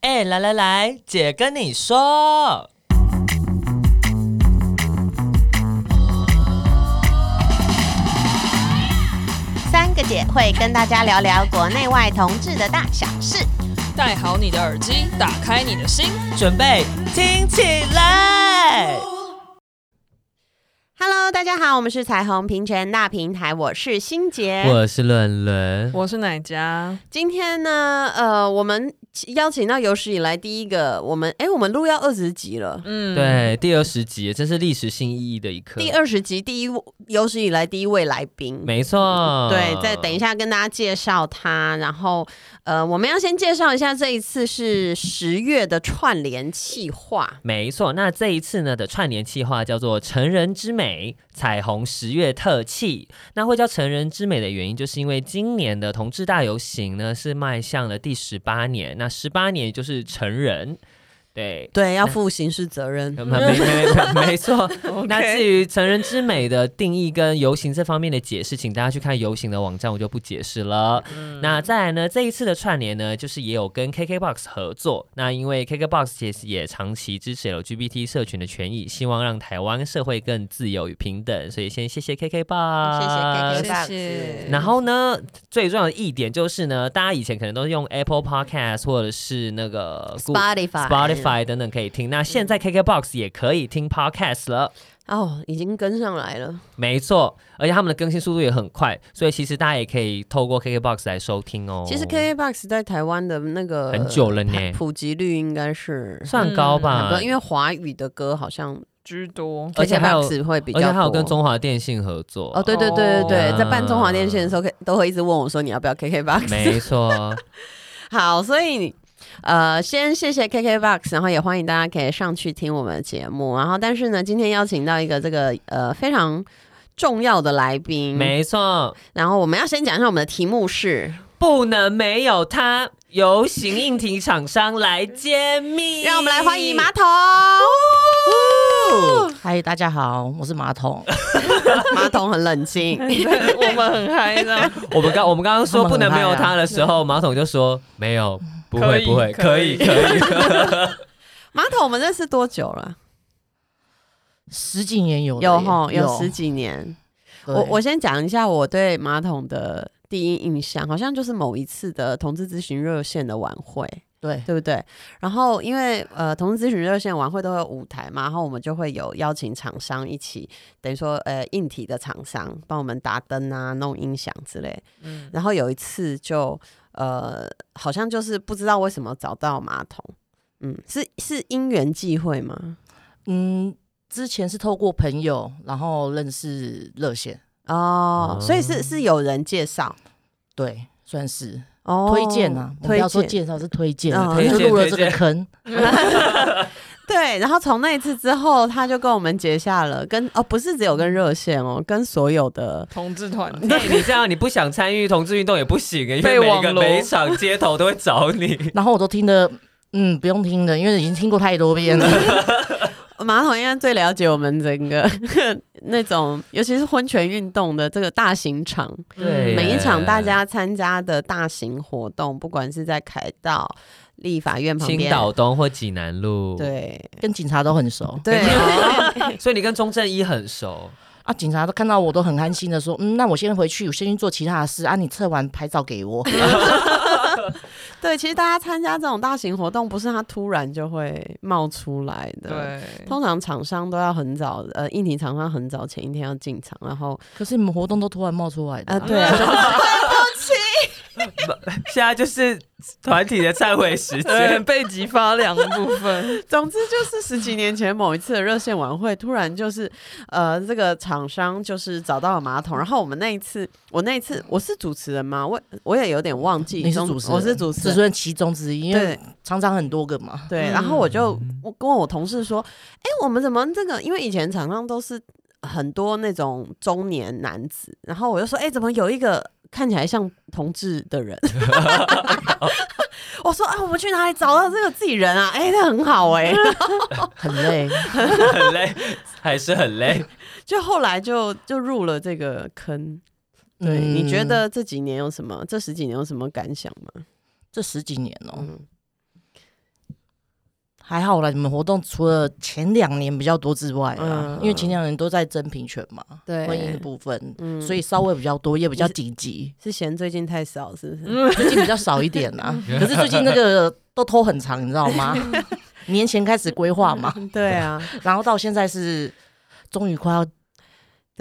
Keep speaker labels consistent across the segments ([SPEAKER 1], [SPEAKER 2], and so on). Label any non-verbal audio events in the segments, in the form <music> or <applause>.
[SPEAKER 1] 哎、来来来，姐跟你说，
[SPEAKER 2] 三个姐会跟大家聊聊国内外同志的大小事。
[SPEAKER 3] 戴好你的耳机，打开你的心。
[SPEAKER 1] 准备听起来。
[SPEAKER 2] Hello，大家好，我们是彩虹平权大平台，我是欣杰。
[SPEAKER 1] 我是伦伦，
[SPEAKER 3] 我是奶家，
[SPEAKER 2] 今天呢，呃，我们邀请到有史以来第一个，我们哎、我们录要二十集了，
[SPEAKER 3] 嗯，，
[SPEAKER 1] 对，第二十集，这是历史性意义的一刻。
[SPEAKER 2] 第二十集第一有史以来第一位来宾。
[SPEAKER 1] 没错，
[SPEAKER 2] 对，再等一下跟大家介绍他，然后呃，我们要先介绍一下这一次是十月的串联企划，
[SPEAKER 1] 没错，那这一次呢的串联计划叫做“成人之美彩虹十月特气”。那会叫“成人之美”的原因，就是因为今年的同志大游行呢是迈向了第十八年，那十八年也就是成人，对。
[SPEAKER 2] 对，要负刑事责任
[SPEAKER 1] 没。嗯没没没 <laughs> 没错。那至
[SPEAKER 3] 于
[SPEAKER 1] 于成人之美的定义跟游行这方面的解释，请大家去看游行的网站，我就不解释了。
[SPEAKER 2] 嗯
[SPEAKER 1] 那再来呢，这一次的串联呢，就是也有跟 KKBOX 合作。那因为 KKBOX 也是也长期支持 LGBT 社群的权益，希望让台湾社会更自由与平等，所以先谢谢 KKBOX，
[SPEAKER 2] 谢谢 KKBOX
[SPEAKER 3] 谢谢
[SPEAKER 1] 然后呢，最重要的一点就是呢，大家以前可能都是用 Apple Podcast 或者是那个 Google-
[SPEAKER 2] Spotify
[SPEAKER 1] Spotify 等等可以听，那现
[SPEAKER 2] 嗯
[SPEAKER 1] 在 KKBox 也可以听 Podcast 了。
[SPEAKER 2] 哦，已经跟上来了。
[SPEAKER 1] 没错，而且他们的更新速度也很快，所以其实大家也可以透过 KKBox 来收听哦。
[SPEAKER 2] 其实 KKBOX 在台湾的那个
[SPEAKER 1] 很久了呢
[SPEAKER 2] 普普及率应该是
[SPEAKER 1] 算高吧
[SPEAKER 2] 很，多，因为华语的歌好像
[SPEAKER 3] 居多，
[SPEAKER 1] 而且还有
[SPEAKER 2] KKBOX 会比较
[SPEAKER 1] 而
[SPEAKER 2] 多，
[SPEAKER 1] 且还有跟中华电信合作。
[SPEAKER 2] 哦，对对对对对，
[SPEAKER 1] 哦
[SPEAKER 2] 在办中华电信的时候，可以都会一直问我说你要不要 KKBOX。
[SPEAKER 1] 没
[SPEAKER 2] <laughs>
[SPEAKER 1] 错，
[SPEAKER 2] 好，所以呃，先谢谢 KKBOX，然后也欢迎大家可以上去听我们的节目。然后，但是呢，今天邀请到一个这个呃非常重要的来宾，
[SPEAKER 1] 没错，
[SPEAKER 2] 然后我们要先讲一下我们的题目是，
[SPEAKER 1] 不能没有它。由行硬体厂商来揭秘，
[SPEAKER 2] 让我们来欢迎马桶。哦
[SPEAKER 4] 嗨，大家好，我是马桶。
[SPEAKER 2] <laughs> 马桶很冷静，
[SPEAKER 3] <laughs> 我们很嗨 <laughs> 的，
[SPEAKER 1] 我们刚我们刚刚说
[SPEAKER 4] 他
[SPEAKER 1] 不
[SPEAKER 4] 们很
[SPEAKER 1] 能没有
[SPEAKER 4] 嗨啊
[SPEAKER 1] 他的时候，马桶就说没有，不
[SPEAKER 3] 可
[SPEAKER 1] 会
[SPEAKER 3] 以
[SPEAKER 1] 不会，可
[SPEAKER 3] 可
[SPEAKER 1] 以
[SPEAKER 3] 以
[SPEAKER 1] 可以。
[SPEAKER 2] <laughs> 马桶我们认识多久了？
[SPEAKER 4] 十几年有了
[SPEAKER 2] 有
[SPEAKER 4] 耶
[SPEAKER 2] 吼，有十几年。
[SPEAKER 4] 对
[SPEAKER 2] 我我先讲一下我对马桶的第一印象，好像就是某一次的同志咨询热线的晚会，
[SPEAKER 4] 对
[SPEAKER 2] 对不对？然后因为呃同志咨询热线晚会都会有舞台嘛，然后我们就会有邀请厂商一起，等于说呃硬体的厂商帮我们打灯啊、弄音响之类。
[SPEAKER 3] 嗯，
[SPEAKER 2] 然后有一次就呃好像就是不知道为什么找到马桶，嗯，是是因缘际会吗？
[SPEAKER 4] 嗯，之前是透过朋友，然后认识热线，
[SPEAKER 2] 哦，所以
[SPEAKER 1] 哦
[SPEAKER 2] 是是有人介绍
[SPEAKER 4] 对，算是、
[SPEAKER 2] 哦，
[SPEAKER 4] 推荐啊。我们不
[SPEAKER 2] 推
[SPEAKER 4] 要说
[SPEAKER 2] 荐
[SPEAKER 4] 介 <laughs> 绍，是推荐，
[SPEAKER 2] 嗯
[SPEAKER 4] 我就
[SPEAKER 1] 推荐
[SPEAKER 4] 入了
[SPEAKER 1] 推
[SPEAKER 4] 这个
[SPEAKER 1] 荐
[SPEAKER 4] 坑。
[SPEAKER 2] <laughs> 对。然后从那一次之后，他就跟我们结下了跟哦，不是只有跟热线哦，跟所有的
[SPEAKER 3] <laughs> 同志 <laughs> 团
[SPEAKER 1] <laughs>
[SPEAKER 3] 体，
[SPEAKER 1] 哎你这样你不想参与同志运动也不行，欸因为
[SPEAKER 3] 被
[SPEAKER 1] 每一个
[SPEAKER 3] 网罗
[SPEAKER 1] 每一场街头都会找你。
[SPEAKER 4] 然后我都听的，嗯，不用听的，因为已经听过太多
[SPEAKER 2] <laughs>
[SPEAKER 4] 遍了。
[SPEAKER 2] 马桶应该最了解我们整个 <laughs> 那种，尤其是婚权运动的这个大型场，
[SPEAKER 1] 对
[SPEAKER 2] 每一场
[SPEAKER 4] 哎
[SPEAKER 2] 大
[SPEAKER 1] 耶
[SPEAKER 2] 家参加的大型活动，不管是在凯道、立法院旁
[SPEAKER 1] 青
[SPEAKER 2] 边，
[SPEAKER 1] 岛东或济南路，，
[SPEAKER 2] 对 <laughs>
[SPEAKER 4] 跟警察都很熟 <laughs>
[SPEAKER 2] 对，
[SPEAKER 1] 哎所以你跟钟正一很熟，
[SPEAKER 4] 啊，警察都看到我都很安心的说，嗯，那我先回去，我先去做其他的事啊，你测完拍照给
[SPEAKER 2] <laughs>
[SPEAKER 4] 我。
[SPEAKER 2] 对，其实大家参加这种大型活动，不是他突然就会冒出来的，。
[SPEAKER 3] 对，
[SPEAKER 2] 通常厂商都要很早，呃，印尼厂商很早前一天要进场，然
[SPEAKER 4] <laughs>
[SPEAKER 2] 后
[SPEAKER 4] 可是你们活动都突然冒出来的、
[SPEAKER 2] 啊，
[SPEAKER 4] <laughs>
[SPEAKER 2] 对 <laughs> 啊，
[SPEAKER 1] 现在就是团体的忏悔时
[SPEAKER 3] 对，
[SPEAKER 1] 间。
[SPEAKER 3] 背脊发凉的部分，
[SPEAKER 2] 总之就是十几年前某一次的热线晚会，突然就是，呃，这个厂商就是找到了马桶，然后我们那一次，我那一次我是主持人吗？我我也有点忘记，
[SPEAKER 4] 你是
[SPEAKER 2] 中
[SPEAKER 4] 主持人，
[SPEAKER 2] 我是主持
[SPEAKER 4] 主
[SPEAKER 2] 人
[SPEAKER 4] 持，人其中之一，因为
[SPEAKER 2] 对
[SPEAKER 4] 常常很多个
[SPEAKER 2] <laughs>
[SPEAKER 4] 嘛。
[SPEAKER 2] 对，
[SPEAKER 3] 嗯
[SPEAKER 2] 然后我就我跟我同事说，哎、我们怎么这个？因为以前厂商都是很多那种中年男子，然后我就说，哎、怎么有一个看起来像同志的人？ <laughs> 我说啊，我们去哪里找到这个自己人啊？哎、那很好哎、
[SPEAKER 4] 很
[SPEAKER 1] <laughs>
[SPEAKER 4] 累，
[SPEAKER 1] 很累，还是很累。
[SPEAKER 2] <laughs> 就后来就就入了这个坑。 <laughs> 对，
[SPEAKER 4] 嗯
[SPEAKER 2] 你觉得这几年有什么？这十几年有什么感想吗？
[SPEAKER 4] 这十几年哦、
[SPEAKER 2] 嗯，
[SPEAKER 4] 还好啦，你们活动除了前两年比较多之外啦，
[SPEAKER 2] 嗯
[SPEAKER 4] 因为前两年都在争平权嘛，
[SPEAKER 2] 对
[SPEAKER 4] 婚姻的部分，
[SPEAKER 2] 嗯
[SPEAKER 4] 所以稍微比较多，也比较紧急，
[SPEAKER 2] 是嫌最近太少，是不是？
[SPEAKER 4] <laughs>
[SPEAKER 2] 嗯
[SPEAKER 4] 最近比较少一点
[SPEAKER 2] <laughs>
[SPEAKER 4] 啦。可是最近那个都拖很长，你知道吗？年前开始规划嘛，
[SPEAKER 2] 对 <laughs> 啊，
[SPEAKER 4] 然后到现在是终于快要
[SPEAKER 2] 对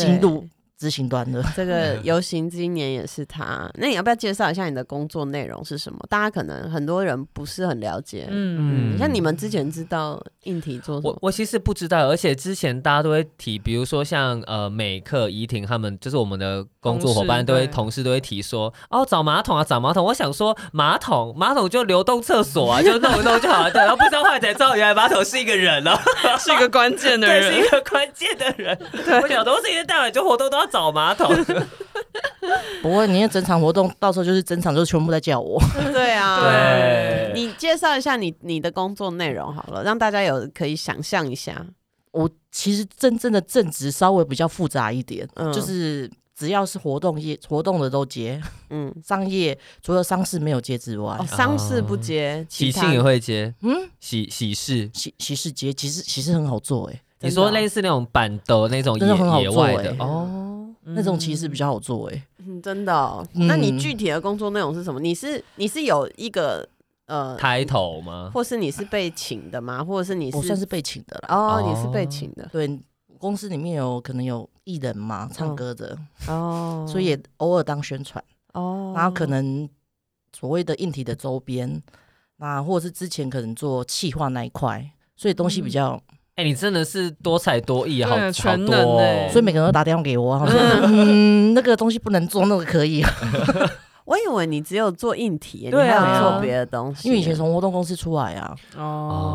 [SPEAKER 4] 进入执行端了。
[SPEAKER 2] 这个游行今年也是他。那你要不要介绍一下你的工作内容是什么？大家可能很多人不是很了解。
[SPEAKER 3] <laughs> 嗯
[SPEAKER 2] 嗯，像你们之前知道硬体做什
[SPEAKER 1] <laughs> 我
[SPEAKER 2] 么？
[SPEAKER 1] 我其实不知道，而且之前大家都会提，比如说像呃美克、怡婷他们，就是我们的工作伙伴，都
[SPEAKER 3] 同事
[SPEAKER 1] 会
[SPEAKER 3] 对
[SPEAKER 1] 同事都会提说，哦找马桶啊，找马桶。我想说马桶，马桶就流动厕所啊，就弄一弄就好了。对，然后不知道后来才知道，原来马桶是一个人哦， <laughs>
[SPEAKER 3] 是一个关键的
[SPEAKER 1] 对，是一
[SPEAKER 3] 人，
[SPEAKER 1] 个关键的人。我想说，这些大晚就活动都要找马桶，
[SPEAKER 4] 不过你那整场活动到时候就是整场就是全部在叫我，
[SPEAKER 2] <laughs> 对啊，
[SPEAKER 1] 对
[SPEAKER 2] 你介绍一下你你的工作内容好了，让大家有可以想象一下。
[SPEAKER 4] 我其实真正的正职稍微比较复杂一点，
[SPEAKER 2] 嗯
[SPEAKER 4] 就是只要是活动业活动的都接，
[SPEAKER 2] 嗯，
[SPEAKER 4] 商业除了商事没有接之外，
[SPEAKER 2] 哦，丧事不接，
[SPEAKER 1] 喜
[SPEAKER 2] 其他
[SPEAKER 1] 庆也会接，
[SPEAKER 4] 嗯，
[SPEAKER 1] 喜喜事。
[SPEAKER 4] 喜喜事接其实喜事很好做哎、
[SPEAKER 1] 你
[SPEAKER 2] 真的
[SPEAKER 1] 说
[SPEAKER 2] 哦
[SPEAKER 1] 类似那种板凳那种
[SPEAKER 4] 真的很好
[SPEAKER 1] 野野
[SPEAKER 4] 做
[SPEAKER 1] 外
[SPEAKER 4] 欸
[SPEAKER 1] 的哦，
[SPEAKER 2] 哦，
[SPEAKER 3] 嗯
[SPEAKER 4] 那种其实比较好做哎、
[SPEAKER 2] 嗯真的哦。
[SPEAKER 4] 嗯
[SPEAKER 2] 那你具体的工作内容是什么？你是你是有一个呃，
[SPEAKER 1] 开头吗？
[SPEAKER 2] 或是你是被请的吗？或者是你
[SPEAKER 4] 我
[SPEAKER 2] 是
[SPEAKER 4] 算是被请的啦。
[SPEAKER 2] 哦
[SPEAKER 1] 哦，
[SPEAKER 2] 你是被请的
[SPEAKER 4] 对，公司里面有可能有艺人嘛，唱歌的，
[SPEAKER 2] 嗯哦，
[SPEAKER 4] 所以也偶尔当宣传，
[SPEAKER 2] 哦，
[SPEAKER 4] 然后可能所谓的硬体的周边，那或者是之前可能做企划那一块，所以东
[SPEAKER 2] 嗯
[SPEAKER 4] 西比较，
[SPEAKER 1] 哎、你真的是多才多哦艺，
[SPEAKER 3] 对
[SPEAKER 1] 好
[SPEAKER 3] 全能欸
[SPEAKER 1] 好
[SPEAKER 4] 所
[SPEAKER 1] 多、
[SPEAKER 4] 以
[SPEAKER 1] 哦。
[SPEAKER 4] 每个人都打电话给我啊，他们说嗯，那个东西不能做，那个可以，啊
[SPEAKER 2] <laughs> 我以为你只有做硬体耶，你还
[SPEAKER 3] 对啊
[SPEAKER 2] 有做别的东西耶，
[SPEAKER 4] 因为以前从活动公司出来啊，
[SPEAKER 2] 嗯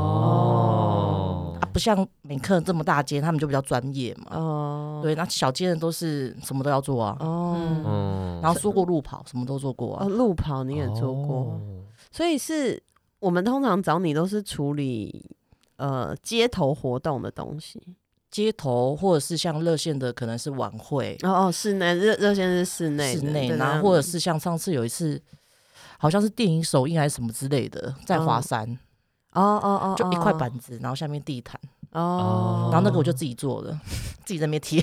[SPEAKER 1] 哦，
[SPEAKER 4] 啊不像每客人这么大间，他们就比较专业嘛，
[SPEAKER 2] 哦
[SPEAKER 4] 对，那小间的都是什么都要做啊，
[SPEAKER 2] 哦
[SPEAKER 3] 嗯
[SPEAKER 1] 嗯
[SPEAKER 4] 然后说过路跑，什么都做过
[SPEAKER 2] 哦，
[SPEAKER 4] 啊，
[SPEAKER 2] 路跑你也做过，
[SPEAKER 1] 哦
[SPEAKER 2] 所以是我们通常找你都是处理呃街头活动的东西。
[SPEAKER 4] 街头或者是像热线的可能是晚会，
[SPEAKER 2] 哦哦，室内热热线是室内的，
[SPEAKER 4] 室内，
[SPEAKER 2] 对嗯
[SPEAKER 4] 然
[SPEAKER 2] 那
[SPEAKER 4] 后或者是像上次有一次，好像是电影首映还是什么之类的，在华山、
[SPEAKER 2] 哦哦哦，
[SPEAKER 4] 就一块
[SPEAKER 2] 哦
[SPEAKER 4] 板子，然后下面地毯，
[SPEAKER 2] 哦，
[SPEAKER 4] 然后那个我就自己做的，自己在那边贴。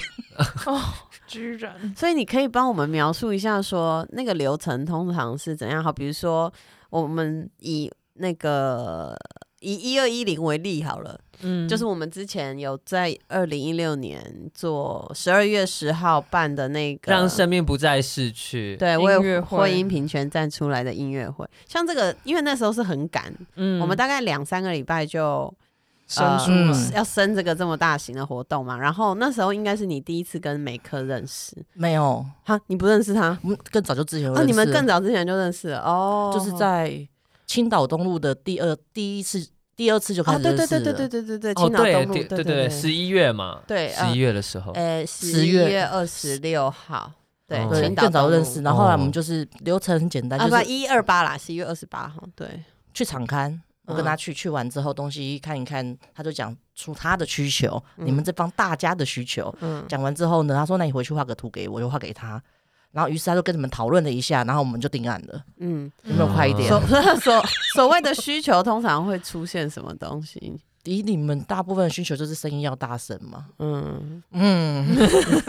[SPEAKER 4] <laughs>
[SPEAKER 3] 居然
[SPEAKER 2] 所以你可以帮我们描述一下说，那个流程通常是怎样？好，比如说我们以那个以一二一零为例好了，
[SPEAKER 3] 嗯
[SPEAKER 2] 就是我们之前有在二零一六年做十二月十号办的那个
[SPEAKER 1] 让生命不再逝去。，
[SPEAKER 2] 对
[SPEAKER 3] 音
[SPEAKER 2] 为
[SPEAKER 3] 乐会
[SPEAKER 2] 婚姻平权站出来的音乐会，像这个，因为那时候是很赶，
[SPEAKER 3] 嗯
[SPEAKER 2] 我们大概两三个礼拜就呃
[SPEAKER 3] 生疏
[SPEAKER 4] 嗯
[SPEAKER 3] 了，
[SPEAKER 2] 要生这个这么大型的活动嘛。然后那时候应该是你第一次跟梅克认识，
[SPEAKER 4] 没有，
[SPEAKER 2] 哈，你不认识他？
[SPEAKER 4] 我们更早就之前有
[SPEAKER 2] 哦，
[SPEAKER 4] 认
[SPEAKER 2] 你们
[SPEAKER 4] 识
[SPEAKER 2] 更
[SPEAKER 4] 了
[SPEAKER 2] 早之前就认识了哦，
[SPEAKER 4] 就是在青岛东路的第二第一次第二次就开
[SPEAKER 2] 哦，
[SPEAKER 4] 始认
[SPEAKER 2] 对对
[SPEAKER 4] 识
[SPEAKER 2] 对
[SPEAKER 4] 了
[SPEAKER 2] 对对对对
[SPEAKER 1] 哦
[SPEAKER 2] 对，青岛
[SPEAKER 1] 对
[SPEAKER 2] 东路，
[SPEAKER 1] 对对
[SPEAKER 2] 对
[SPEAKER 1] 对，哎十一月嘛，
[SPEAKER 2] 对
[SPEAKER 1] 十
[SPEAKER 2] 啊
[SPEAKER 1] 一月的时候，
[SPEAKER 2] 呃
[SPEAKER 4] 10
[SPEAKER 2] 11
[SPEAKER 4] 月
[SPEAKER 2] 月二十六号，对
[SPEAKER 1] 哦，
[SPEAKER 4] 对
[SPEAKER 2] 青岛
[SPEAKER 4] 嗯更早
[SPEAKER 2] 东路
[SPEAKER 4] 认识，然后后来我
[SPEAKER 1] 哦
[SPEAKER 4] 们就是流程很简单，
[SPEAKER 2] 啊
[SPEAKER 4] 就
[SPEAKER 2] 不
[SPEAKER 4] 是
[SPEAKER 2] 一二八啦，十一月二十八号，对，
[SPEAKER 4] 去场刊。我
[SPEAKER 2] 嗯
[SPEAKER 4] 跟他去，去完之后东西看一看，他就讲出他的需求，你
[SPEAKER 2] 嗯
[SPEAKER 4] 们这帮大家的需求，
[SPEAKER 2] 嗯，
[SPEAKER 4] 讲完之后呢，他说：“那你回去画个图给我，我就画给他。”然后于是他就跟你们讨论了一下，然后我们就定案了，
[SPEAKER 2] 嗯，
[SPEAKER 4] 有没有快一点？
[SPEAKER 2] 所 <laughs> 所所谓的需求通常会出现什么东西？
[SPEAKER 4] 以你们大部分的需求就是声音要大声嘛，
[SPEAKER 2] 嗯，
[SPEAKER 4] 嗯。 <laughs>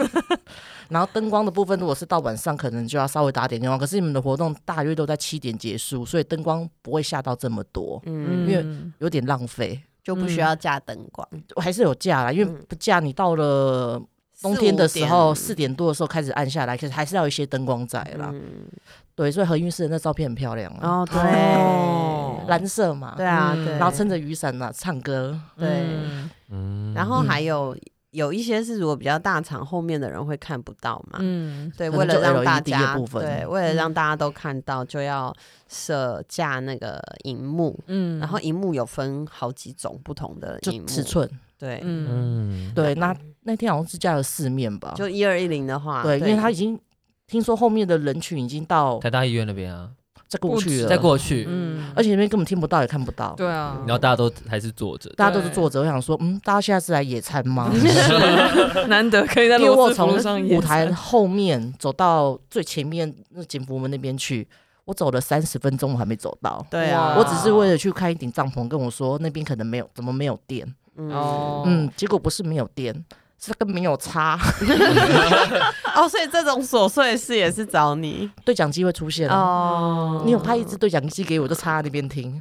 [SPEAKER 4] 然后灯光的部分，如果是到晚上，可能就要稍微打点光。可是你们的活动大约都在七点结束，所以灯光不会下到这么多，
[SPEAKER 2] 嗯，
[SPEAKER 3] 嗯，
[SPEAKER 4] 因为有点浪费。
[SPEAKER 2] 就不需
[SPEAKER 4] 嗯
[SPEAKER 2] 要架灯光。
[SPEAKER 4] 我还是有架啦，因为
[SPEAKER 2] 嗯
[SPEAKER 4] 不架你到了冬天的时候，四
[SPEAKER 2] 四
[SPEAKER 4] 点多的时候开始暗下来，可是还是要有一些灯光在
[SPEAKER 2] 五点
[SPEAKER 4] 啦。
[SPEAKER 2] 嗯
[SPEAKER 4] 对，所以何韵诗的那照片很漂亮啊，
[SPEAKER 2] 哦，
[SPEAKER 1] 哦
[SPEAKER 2] 对，
[SPEAKER 4] 蓝色嘛，
[SPEAKER 2] 对啊，
[SPEAKER 3] 嗯
[SPEAKER 2] 对，
[SPEAKER 4] 然后撑着雨伞呢、唱歌。
[SPEAKER 2] 对，
[SPEAKER 3] 嗯
[SPEAKER 1] 嗯
[SPEAKER 2] 然后还有有一些是如果比较大场，后面的人会看不到
[SPEAKER 4] 啊
[SPEAKER 2] 嘛。
[SPEAKER 3] 嗯
[SPEAKER 2] 对，
[SPEAKER 4] 可能
[SPEAKER 2] 为了
[SPEAKER 4] 就
[SPEAKER 2] 让
[SPEAKER 4] LED
[SPEAKER 2] 大
[SPEAKER 4] 的
[SPEAKER 2] 家
[SPEAKER 4] 部分
[SPEAKER 2] 对，为了让
[SPEAKER 3] 嗯
[SPEAKER 2] 大家都看到，就要设架那个荧幕，
[SPEAKER 3] 嗯
[SPEAKER 2] 然后荧幕有分好几种不同的
[SPEAKER 4] 就
[SPEAKER 2] 荧幕
[SPEAKER 4] 尺，寸，
[SPEAKER 2] 对，
[SPEAKER 3] 嗯
[SPEAKER 1] 嗯，
[SPEAKER 4] 对，那那天好像是加了四面吧，
[SPEAKER 2] 就啊一二一零的话，
[SPEAKER 4] 对，因为他已经听说后面的人群已经到
[SPEAKER 1] 台大医院那边啊，
[SPEAKER 4] 再过去了，
[SPEAKER 1] 再，过去，
[SPEAKER 3] 嗯，
[SPEAKER 4] 而且那边根本听不到也看不到，
[SPEAKER 3] 对啊
[SPEAKER 1] 然，
[SPEAKER 3] <laughs>
[SPEAKER 4] 嗯
[SPEAKER 1] 后大家都还是坐着的，
[SPEAKER 4] 大家都是坐着，我想说，嗯，大家现在是来野餐吗？ <laughs>
[SPEAKER 3] 难得可以在
[SPEAKER 4] 因为
[SPEAKER 3] 罗
[SPEAKER 4] 我
[SPEAKER 3] 斯福
[SPEAKER 4] 从
[SPEAKER 3] 路上
[SPEAKER 4] 舞
[SPEAKER 3] 演
[SPEAKER 4] 台后面走到最前面那景福门那边去，我走了三十分钟，我还没走到。
[SPEAKER 2] 对啊，
[SPEAKER 4] 我只是为了去看一顶帐篷，跟我说那边可能没有，怎么没有电？
[SPEAKER 3] 哦，
[SPEAKER 4] 嗯，结果不是没有电，是跟没有差。
[SPEAKER 2] 哦，所以这种琐碎事也是找你
[SPEAKER 4] <laughs> 对讲机会出现了，
[SPEAKER 2] 哦。
[SPEAKER 4] 你有拍一支对讲机给我，就插在那边听。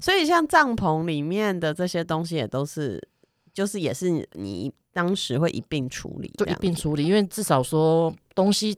[SPEAKER 2] 所以像帐篷里面的这些东西也都是，就是也是你你当时会一并处理这
[SPEAKER 4] 就一
[SPEAKER 2] 样子，
[SPEAKER 4] 并处理，因为至少说东西，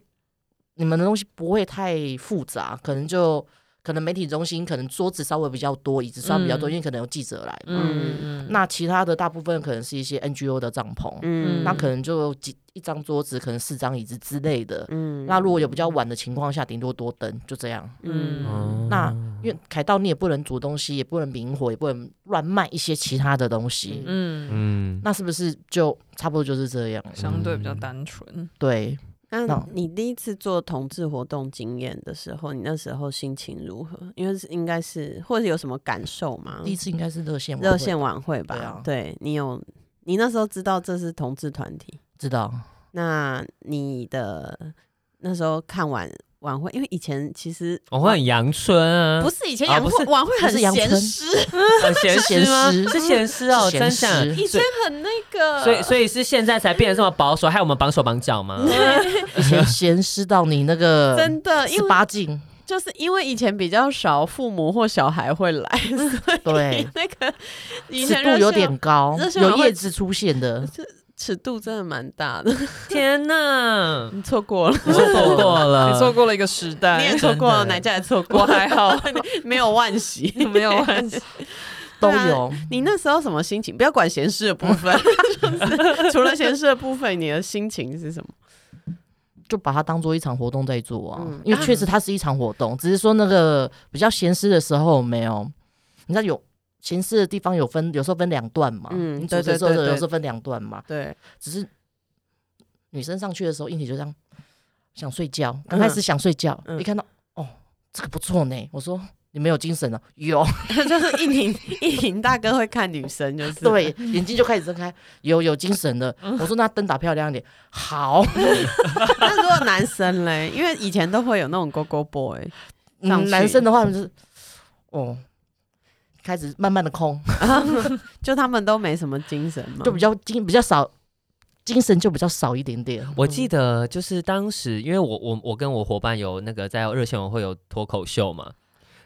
[SPEAKER 4] 你们的东西不会太复杂，可能就可能媒体中心可能桌子稍微比较多，椅子稍微比较多，
[SPEAKER 3] 嗯
[SPEAKER 4] 因为可能有记者来嘛。
[SPEAKER 2] 嗯
[SPEAKER 3] 嗯
[SPEAKER 4] 那其他的大部分可能是一些 NGO 的帐篷，
[SPEAKER 2] 嗯，
[SPEAKER 4] 那可能就几一张桌子，可能四张椅子之类的。
[SPEAKER 2] 嗯
[SPEAKER 4] 那如果有比较晚的情况下，顶多多灯，就这样。
[SPEAKER 2] 嗯
[SPEAKER 4] 那
[SPEAKER 1] 哦
[SPEAKER 4] 因为凯道你也不能煮东西，也不能明火，也不能乱卖一些其他的东西，
[SPEAKER 3] 嗯，
[SPEAKER 1] 嗯，
[SPEAKER 4] 那是不是就差不多就是这样了？
[SPEAKER 3] 相对比较单纯。
[SPEAKER 4] 对，
[SPEAKER 2] 那
[SPEAKER 4] 那
[SPEAKER 2] 你第一次做同志活动经验的时候，你那时候心情如何？因为是应该是或者有什么感受吗
[SPEAKER 4] 第？一次应该是热线晚会，
[SPEAKER 2] 嗯热线晚会吧，
[SPEAKER 4] 对啊
[SPEAKER 2] 你有你那时候知道这是同志团体，
[SPEAKER 4] 知道，
[SPEAKER 2] 那你的那时候看完晚会，因为以前其实
[SPEAKER 1] 我哦会很阳春啊，
[SPEAKER 2] 不是以前
[SPEAKER 1] 啊
[SPEAKER 2] 晚
[SPEAKER 1] 不
[SPEAKER 2] 会、
[SPEAKER 1] 是
[SPEAKER 2] 晚会很
[SPEAKER 4] 不是阳
[SPEAKER 2] 闲
[SPEAKER 4] 春
[SPEAKER 2] 湿，
[SPEAKER 1] 很咸湿吗？
[SPEAKER 4] 是
[SPEAKER 1] 是
[SPEAKER 4] 咸湿
[SPEAKER 1] 咸湿哦，
[SPEAKER 4] 是
[SPEAKER 1] 真
[SPEAKER 4] 咸
[SPEAKER 1] 想，
[SPEAKER 4] 湿
[SPEAKER 3] 以前很那个，
[SPEAKER 1] 所以所以是现在才变得这么保守，害我们绑手绑脚
[SPEAKER 4] <laughs>
[SPEAKER 1] 吗？
[SPEAKER 4] 以前闲湿到你那个
[SPEAKER 2] 真的，因
[SPEAKER 4] 十
[SPEAKER 2] 为
[SPEAKER 4] 八禁，
[SPEAKER 2] 就是因为以前比较少父母或小孩会来，所以，
[SPEAKER 4] 对
[SPEAKER 2] 那个以
[SPEAKER 4] 尺
[SPEAKER 2] 前
[SPEAKER 4] 度
[SPEAKER 2] 热
[SPEAKER 4] 有
[SPEAKER 2] 线
[SPEAKER 4] 点高
[SPEAKER 2] 热，线晚
[SPEAKER 4] 有
[SPEAKER 2] 会
[SPEAKER 4] 叶子出现的，
[SPEAKER 2] 尺度真的蛮大的， <laughs>
[SPEAKER 1] 天哪，
[SPEAKER 4] 嗯
[SPEAKER 2] 你错过了，
[SPEAKER 1] 我错过了，
[SPEAKER 3] 你错过了一个时代，
[SPEAKER 2] 你也错过了，
[SPEAKER 1] 真的
[SPEAKER 2] 奶家也错
[SPEAKER 3] 哎我
[SPEAKER 2] 过，
[SPEAKER 3] 还好，
[SPEAKER 2] 没有万喜。 <laughs>
[SPEAKER 3] 没有关系。
[SPEAKER 2] 对
[SPEAKER 4] 都
[SPEAKER 2] 啊
[SPEAKER 4] 有。
[SPEAKER 2] 你那时候什么心情？不要管闲事的部分，就是除了闲事的部分，你的心情是什么？
[SPEAKER 4] 就把它当做一场活动在做啊，
[SPEAKER 2] 嗯
[SPEAKER 4] 因为确实它是一场活动，只是说那个比较闲适的时候没有，你知道有闲适的地方有分，有时候分两段嘛，
[SPEAKER 2] 嗯
[SPEAKER 4] 你主
[SPEAKER 2] 对
[SPEAKER 4] 持的时
[SPEAKER 2] 对
[SPEAKER 4] 候
[SPEAKER 2] 对对
[SPEAKER 4] 有时候分两段嘛，
[SPEAKER 2] 对，
[SPEAKER 4] 只是女生上去的时候，硬体就这样想睡觉，刚开始想睡觉，
[SPEAKER 2] 嗯
[SPEAKER 4] 一看到哦这个不错呢，我说你没有精神了，啊有
[SPEAKER 2] 就是一宁一宁大哥会看女生，就是
[SPEAKER 4] 对，眼睛就开始睁开，有有精神了，我说那灯打漂亮一点，好，
[SPEAKER 2] 那如果男生嘞，因为以前都会有那种勾勾 boy，上去
[SPEAKER 4] 嗯、男生的话就是哦。开始慢慢的空，
[SPEAKER 2] 嗯 <laughs> 就他们都没什么精神嘛，
[SPEAKER 4] 就比较精比较少，精神就比较少一点点。
[SPEAKER 1] 我记得就是当时，因为我我我跟我伙伴有那个在热线晚会有脱口秀嘛，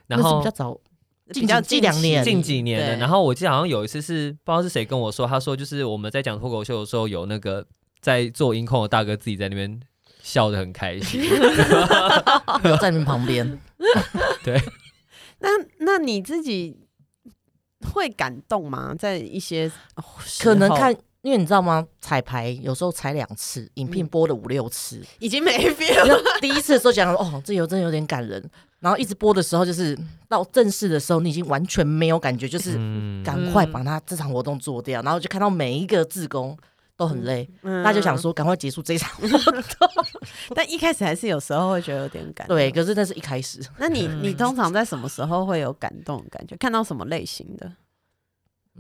[SPEAKER 1] 然
[SPEAKER 4] 那是
[SPEAKER 1] 后
[SPEAKER 4] 比较早，
[SPEAKER 2] 比较
[SPEAKER 4] 近两年
[SPEAKER 1] 近几年的，
[SPEAKER 2] 对
[SPEAKER 1] 然后我记得好像有一次是不知道是谁跟我说，他说就是我们在讲脱口秀的时候有那个在做音控的大哥自己在那边笑得很开心，
[SPEAKER 4] 没有在你们旁边。
[SPEAKER 2] 那那你自己会感动吗？在一些时候
[SPEAKER 4] 可能看，因为你知道吗？彩排有时候彩两次，影片
[SPEAKER 2] 嗯
[SPEAKER 4] 播了五六次。
[SPEAKER 2] 已经没
[SPEAKER 4] <laughs>
[SPEAKER 2] feel 了，
[SPEAKER 4] 第一次的时候讲哦，这有真的有点感人，然后一直播的时候，就是到正式的时候，你已经完全没有感觉，就是
[SPEAKER 1] 嗯，
[SPEAKER 4] 赶快把它这场活动做掉，然后就看到每一个志工都很累，
[SPEAKER 2] 嗯
[SPEAKER 4] 大家就想，说赶快结束这一场。
[SPEAKER 2] 但一开始还是有时候会觉得有点感动。
[SPEAKER 4] 对，，可是那是一开始，
[SPEAKER 2] 那你
[SPEAKER 3] 嗯
[SPEAKER 2] 你通常在什么时候会有感动的感觉？看到什么类型的？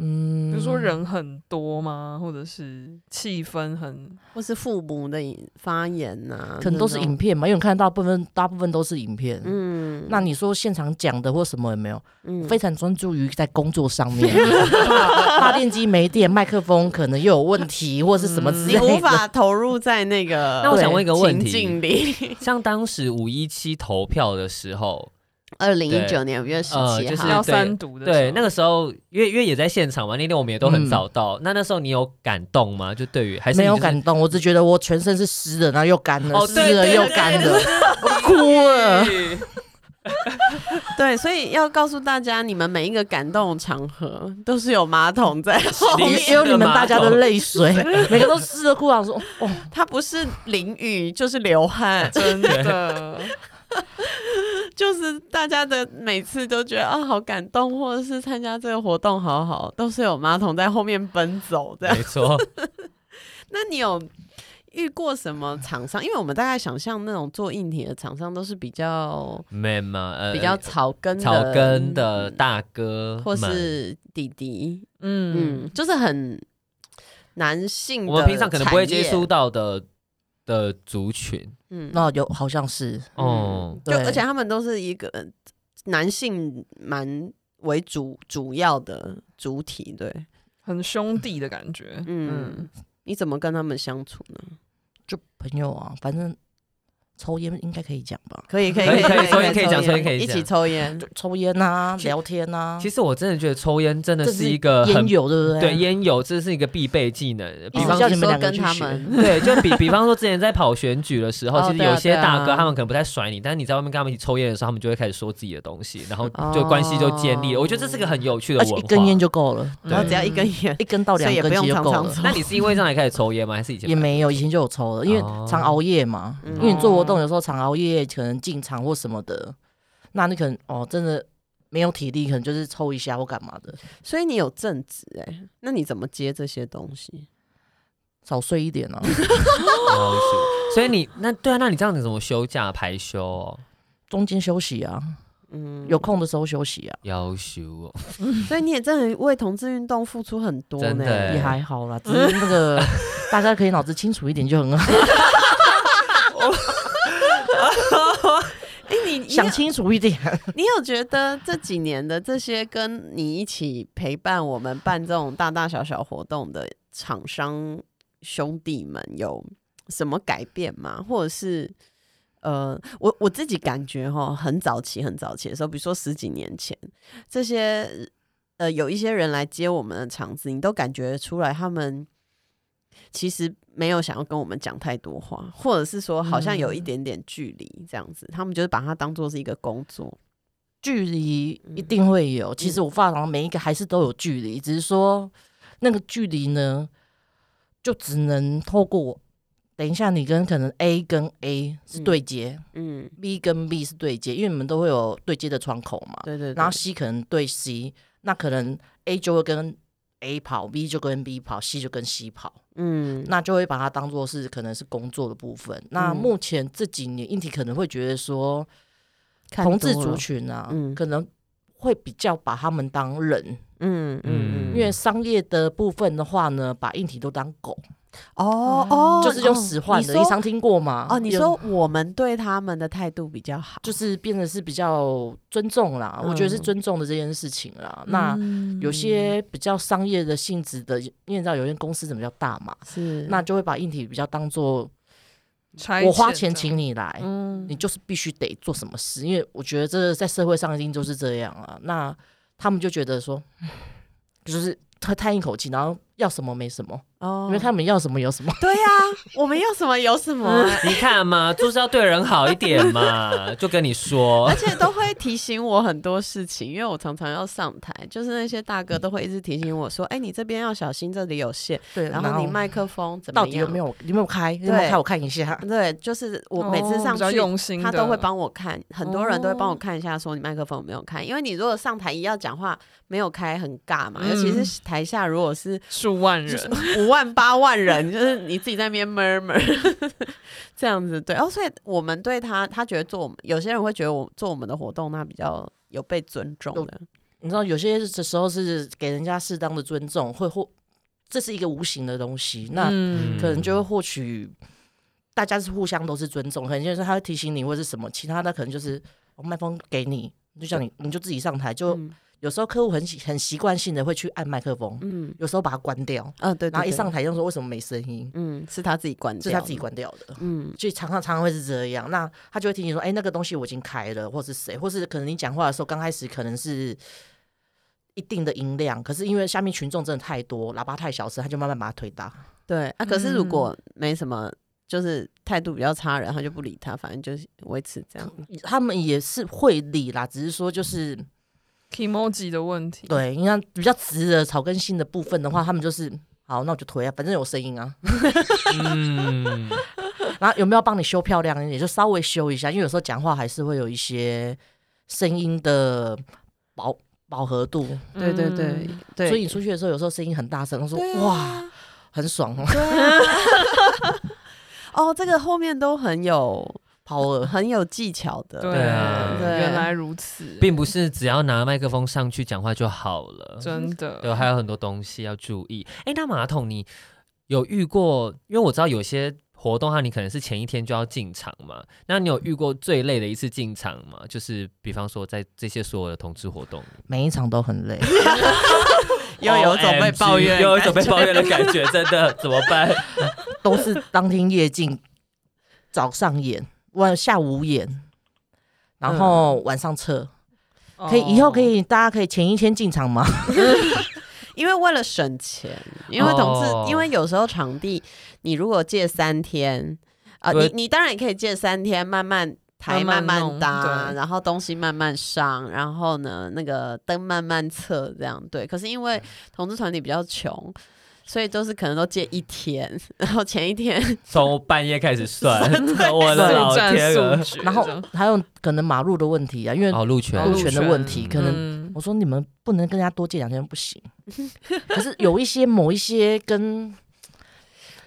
[SPEAKER 4] 嗯
[SPEAKER 3] 比如说人很多吗？或者是气氛很
[SPEAKER 2] 或是父母的发言呐、
[SPEAKER 4] 嗯可能都是
[SPEAKER 2] 那种
[SPEAKER 4] 影片嘛，因为你看大部分大部分都是影片，
[SPEAKER 2] 嗯
[SPEAKER 4] 那你说现场讲的或什么也没有，
[SPEAKER 2] 嗯
[SPEAKER 4] 非常专注于在工作上面。 <laughs> 发电机没电，麦克风可能又有问题，或是什么之类
[SPEAKER 2] 你
[SPEAKER 4] 的。
[SPEAKER 2] <laughs> 无法投入在那个
[SPEAKER 1] 那我想问一个问
[SPEAKER 2] 情境
[SPEAKER 1] 题，
[SPEAKER 2] 里。 <laughs>
[SPEAKER 1] 像当时五一七投票的时候，
[SPEAKER 2] 二零一九年五月十
[SPEAKER 1] 呃
[SPEAKER 2] 七
[SPEAKER 1] 就是
[SPEAKER 2] 号
[SPEAKER 1] 对
[SPEAKER 3] 要，三读的时候，
[SPEAKER 1] 对那个时候，因为因为也在现场嘛，那天我们也都很早到，那那时候你有感动吗？就对于还是你
[SPEAKER 4] 没有
[SPEAKER 1] 就是
[SPEAKER 4] 感动，我只觉得我全身是湿的，然后又干了，
[SPEAKER 1] 哦
[SPEAKER 4] 湿
[SPEAKER 1] 对
[SPEAKER 4] 了
[SPEAKER 1] 对
[SPEAKER 4] 又
[SPEAKER 1] 对
[SPEAKER 4] 干
[SPEAKER 1] <laughs> 对
[SPEAKER 4] 了，我哭了。
[SPEAKER 2] <laughs> 对，所以要告诉大家，你们每一个感动的场合都是有马桶在 <laughs> 后
[SPEAKER 1] 淋
[SPEAKER 2] 面，
[SPEAKER 1] 湿
[SPEAKER 4] 也有你们
[SPEAKER 1] 马
[SPEAKER 4] 大家的
[SPEAKER 1] 桶
[SPEAKER 4] 泪水， <laughs> 每个都湿了哭啊！我说哦，
[SPEAKER 2] 它不是淋雨就是流汗， <laughs>
[SPEAKER 3] 真
[SPEAKER 2] 嗯
[SPEAKER 3] 的，
[SPEAKER 2] 就是大家的每次都觉得啊好感动，或者是参加这个活动好好，都是有马桶在后面奔走的。
[SPEAKER 1] 没错，
[SPEAKER 2] <laughs> 那你有遇过什么厂商？因为我们大概想象那种做硬体的厂商都是比较
[SPEAKER 1] 妹嘛，呃，
[SPEAKER 2] 比较草根的、嗯
[SPEAKER 1] 草根的大哥们，
[SPEAKER 2] 或是弟弟，
[SPEAKER 3] 嗯
[SPEAKER 2] 嗯，就是很男性的产业。
[SPEAKER 1] 我们平常可能不会接触到的的族群。
[SPEAKER 2] 嗯，
[SPEAKER 4] 那有好像是，
[SPEAKER 1] 哦、
[SPEAKER 2] <laughs> 就
[SPEAKER 4] 对，
[SPEAKER 2] 而且他们都是一个呃男性蛮为主主要的主体，对，
[SPEAKER 3] 很兄弟的感觉。
[SPEAKER 2] 嗯，
[SPEAKER 3] 嗯，
[SPEAKER 2] 你怎么跟他们相处呢？
[SPEAKER 4] 就朋友啊，反正抽烟应该可以讲吧，
[SPEAKER 2] 可以可以
[SPEAKER 1] 可以可以抽烟
[SPEAKER 2] 烟
[SPEAKER 1] 可以讲抽烟可以
[SPEAKER 2] 一
[SPEAKER 1] 讲
[SPEAKER 2] 起抽烟
[SPEAKER 4] 就，抽烟啊，聊天啊，
[SPEAKER 1] 其实我真的觉得抽烟真的
[SPEAKER 4] 这
[SPEAKER 1] 是一个很
[SPEAKER 4] 烟友，对不对？
[SPEAKER 1] 对，烟友，这是一个必备技能。比
[SPEAKER 4] 哦
[SPEAKER 1] 方
[SPEAKER 4] 叫
[SPEAKER 2] 说
[SPEAKER 4] 你们两个
[SPEAKER 2] 跟
[SPEAKER 4] 去
[SPEAKER 2] 他 <laughs>
[SPEAKER 4] 学
[SPEAKER 2] 们，
[SPEAKER 1] 对，就比比方说之前在跑选举的时候，
[SPEAKER 2] 哦
[SPEAKER 1] 其实
[SPEAKER 2] 对啊
[SPEAKER 1] 有些
[SPEAKER 2] 对啊
[SPEAKER 1] 大哥他们可能不太甩你，但是你在外面跟他们一起抽烟的时候，他们就会开始说自己的东西，然后就关系就建立了。
[SPEAKER 2] 哦
[SPEAKER 1] 我觉得这是个很有趣的
[SPEAKER 4] 而
[SPEAKER 1] 文
[SPEAKER 4] 且
[SPEAKER 1] 化。
[SPEAKER 4] 一根烟就够了，
[SPEAKER 1] 对
[SPEAKER 2] 然后只要一根烟，
[SPEAKER 4] 一根到两
[SPEAKER 2] 嗯所以也
[SPEAKER 4] 根
[SPEAKER 2] 不用
[SPEAKER 4] 其实就
[SPEAKER 2] 常
[SPEAKER 4] 够
[SPEAKER 2] 常
[SPEAKER 4] 了
[SPEAKER 2] 抽。
[SPEAKER 1] 那你是因为这样才开始抽烟吗？还是以前
[SPEAKER 4] 也没有，以前就有抽了，因为
[SPEAKER 1] 哦
[SPEAKER 4] 常熬夜嘛，
[SPEAKER 2] 嗯
[SPEAKER 4] 因为你做活动有时候常熬夜，可能进场或什么的，那你可能哦真的没有体力，可能就是抽一下或干嘛的，
[SPEAKER 2] 所以你有正职哎、那你怎么接这些东西？
[SPEAKER 4] 少睡一点啊。
[SPEAKER 1] 哦是所以你那对啊，那你这样子怎么休假排休哦？
[SPEAKER 4] 中间休息啊，
[SPEAKER 2] 嗯，
[SPEAKER 4] 有，空的时候休息啊，
[SPEAKER 1] 要休哦，
[SPEAKER 2] 所以你也真的为同志运动付出很多
[SPEAKER 1] 真
[SPEAKER 2] 呢、
[SPEAKER 1] 的对
[SPEAKER 4] 也还好啦，
[SPEAKER 2] 嗯
[SPEAKER 4] 只是
[SPEAKER 2] <laughs>
[SPEAKER 4] 那个大家可以脑子清楚一点就很好，
[SPEAKER 2] 哎、你你有
[SPEAKER 4] 想清楚
[SPEAKER 2] <laughs>
[SPEAKER 4] 一点。
[SPEAKER 2] 你有觉得这几年的这些跟你一起陪伴我们办这种大大小小活动的厂商兄弟们有什么改变吗？或者是呃，我我自己感觉哈，很早期很早期的时候，比如说十几年前，这些呃有一些人来接我们的场子，你都感觉出来他们。其实没有想要跟我们讲太多话，或者是说好像有一点点距离这样子，他们就是把它当做是一个工作。
[SPEAKER 4] 距离一定会
[SPEAKER 2] 嗯
[SPEAKER 4] 有。其实我发廊每一个还是都有距离，只是说那个距离呢，就只能透过我。等一下，你跟可能 A 跟 A 是对接、
[SPEAKER 2] 嗯，
[SPEAKER 4] b 跟 B 是对接，因为你们都会有对接的窗口嘛。
[SPEAKER 2] 对对对，
[SPEAKER 4] 然后 C 可能对 C，那可能 A 就会跟 A 跑，B 就跟 B 跑，C 就跟 C 跑。
[SPEAKER 2] 嗯，
[SPEAKER 4] 那就会把它当做是可能是工作的部分。那
[SPEAKER 2] 嗯
[SPEAKER 4] 目前这几年，硬体可能会觉得说，
[SPEAKER 2] 看
[SPEAKER 4] 同志
[SPEAKER 2] 多
[SPEAKER 4] 族
[SPEAKER 2] 了，
[SPEAKER 4] 群啊，
[SPEAKER 2] 嗯
[SPEAKER 4] 可能会比较把他们当人，
[SPEAKER 2] 嗯嗯
[SPEAKER 1] 嗯
[SPEAKER 4] 因为商业的部分的话呢，把硬体都当狗，
[SPEAKER 2] 哦哦，
[SPEAKER 4] 嗯就是用
[SPEAKER 2] 哦
[SPEAKER 4] 使唤的。
[SPEAKER 2] 你
[SPEAKER 4] 你
[SPEAKER 2] 说
[SPEAKER 4] 常听过吗？
[SPEAKER 2] 哦，你
[SPEAKER 4] 有
[SPEAKER 2] 说我们对他们的态度比较好，
[SPEAKER 4] 就是变得是比较尊重啦，我觉得是
[SPEAKER 2] 嗯
[SPEAKER 4] 尊重的这件事情啦。那有些比较商业的性质的，因为你知道有些公司怎么叫大嘛，
[SPEAKER 2] 是
[SPEAKER 4] 那就会把硬体比较当做
[SPEAKER 3] 拆
[SPEAKER 4] 我花钱
[SPEAKER 3] 这
[SPEAKER 4] 请
[SPEAKER 3] 样，
[SPEAKER 4] 你来，
[SPEAKER 3] 嗯
[SPEAKER 4] 你就是必须得做什么事，因为我觉得这在社会上一定就是这样啊。那他们就觉得说， <sighs> 唉就是他叹一口气，然后要什么没什么，
[SPEAKER 2] 哦
[SPEAKER 4] 你们看嗯他们要什么有
[SPEAKER 2] <laughs>
[SPEAKER 4] 什么。
[SPEAKER 2] 对呀，我们要什么有 <laughs> 什么。啊
[SPEAKER 1] 你看嘛，就是要对人好一点嘛，就跟你说
[SPEAKER 2] 而。且都会提醒我很多事情，因为我常常要上台，就是那些大哥都会一直提醒我说：“哎、你这边要小心，这里有线，
[SPEAKER 4] 对，
[SPEAKER 2] 然
[SPEAKER 4] 然
[SPEAKER 2] 后你麦克风怎么
[SPEAKER 4] 到
[SPEAKER 2] 样？
[SPEAKER 4] 底有没有有没有开？有没有开？我看一下。
[SPEAKER 2] 对，就是我每次
[SPEAKER 3] 哦
[SPEAKER 2] 上
[SPEAKER 3] 比较
[SPEAKER 2] 去，
[SPEAKER 3] 用心
[SPEAKER 2] 他
[SPEAKER 3] 的
[SPEAKER 2] 都会帮我看，很多人都会帮我
[SPEAKER 3] 哦
[SPEAKER 2] 看一下，说你麦克风有没有开，因为你如果上台一要讲话没有开，很尬嘛，尤其是台下如果是
[SPEAKER 3] 数万
[SPEAKER 2] 就
[SPEAKER 3] 嗯人
[SPEAKER 2] 是， <laughs> 五万八万人，就是你自己在那边 murmur <laughs> 这样子，对，哦，所以我们对他，他觉得做我们，有些人会觉得我做我们的活动，他比较有被尊重
[SPEAKER 4] 有
[SPEAKER 2] 的，
[SPEAKER 4] 你知道有些的时候是给人家适当的尊重，会获这是一个无形的东西，那
[SPEAKER 3] 嗯
[SPEAKER 4] 可能就会获取。大家是互相都是尊重，可能就是他会提醒你或者是什么，其他的可能就是我麦克风给你，就叫你你就自己上台，就
[SPEAKER 2] 嗯
[SPEAKER 4] 有时候客户很习很习惯性的会去按麦克风，
[SPEAKER 2] 嗯
[SPEAKER 4] 有时候把它关掉，
[SPEAKER 2] 嗯，对，对
[SPEAKER 4] 然后一
[SPEAKER 2] 对
[SPEAKER 4] 上台就说为什么没声音，
[SPEAKER 2] 嗯，是他自己关掉，
[SPEAKER 4] 是他自己，关掉的。
[SPEAKER 2] 嗯
[SPEAKER 4] 所以常常常常会是这样，那他就会提醒说，哎、那个东西我已经开了，或是谁，或是可能你讲话的时候，刚开始可能是一定的音量，可是因为下面群众真的太多，喇叭太小声，他就慢慢把它推大。
[SPEAKER 2] 对啊，可是如
[SPEAKER 3] 嗯
[SPEAKER 2] 果没什么。就是态度比较差的人，他就不理他，反正就是维持这样。
[SPEAKER 4] 他们也是会理啦，只是说就是
[SPEAKER 3] emoji 的问题，，
[SPEAKER 4] 对，你看比较直的草根性的部分的话，他们就是好，那我就推啊，反正有声音啊。
[SPEAKER 1] 嗯，
[SPEAKER 4] 然后有没有帮你修漂亮一点？就稍微修一下，因为有时候讲话还是会有一些声音的饱饱和度，
[SPEAKER 2] 对对对
[SPEAKER 4] 嗯
[SPEAKER 2] 对，
[SPEAKER 4] 所以你出去的时候有时候声音很大声，他说、
[SPEAKER 2] 对啊啊
[SPEAKER 4] 哇很爽哦，
[SPEAKER 2] <laughs> 哦，这个后面都很有呃
[SPEAKER 4] 跑了。
[SPEAKER 2] 很有技巧的。
[SPEAKER 3] 对
[SPEAKER 1] 对啊
[SPEAKER 3] 原来如此，
[SPEAKER 1] 并不是只要拿麦克风上去讲话就好了，
[SPEAKER 3] 真的，
[SPEAKER 1] 对，还有很多东西要注意。哎，那马桶你有遇过？因为我知道有些活动的话，你可能是前一天就要进场嘛。那你有遇过最累的一次进场吗？就是比方说在这些所有的同志活动，
[SPEAKER 4] 每一场都
[SPEAKER 2] <laughs>
[SPEAKER 4] 很累。
[SPEAKER 2] 又有种被抱
[SPEAKER 1] OMG，
[SPEAKER 2] 怨的
[SPEAKER 1] 又有一种被
[SPEAKER 2] 感觉
[SPEAKER 1] 抱怨的感觉，真的怎么办？
[SPEAKER 4] 都是当天夜进，早上演，晚下午演，然后
[SPEAKER 2] 嗯
[SPEAKER 4] 晚上撤。可
[SPEAKER 3] 哦
[SPEAKER 4] 以，以后可以，大家可以前一天进场
[SPEAKER 2] 嗯
[SPEAKER 4] 吗？
[SPEAKER 2] 因为为了省钱，因为同志，
[SPEAKER 1] 哦
[SPEAKER 2] 因为有时候场地你如果借三天，啊、
[SPEAKER 1] 对
[SPEAKER 2] 你你当然也可以借三天，慢慢台慢
[SPEAKER 3] 慢慢
[SPEAKER 2] 慢
[SPEAKER 3] 弄
[SPEAKER 2] 搭，
[SPEAKER 3] 对
[SPEAKER 2] 然后东西慢慢上，然后呢那个灯慢慢测，这样对。可是因为同志团体比较穷。所以都是可能都借一天，然后前一天 <laughs>
[SPEAKER 1] 从半夜开始算，我的老
[SPEAKER 3] 速
[SPEAKER 1] 天
[SPEAKER 3] 战
[SPEAKER 1] 鹅！
[SPEAKER 3] 速决
[SPEAKER 4] 然后
[SPEAKER 3] 这样
[SPEAKER 4] 还有可能马路的问题啊，因为
[SPEAKER 1] 哦，路权
[SPEAKER 4] 路权的问题，可能
[SPEAKER 3] 嗯
[SPEAKER 4] 我说你们不能跟人家多借两天不行。可是有一些某一些跟
[SPEAKER 2] <laughs>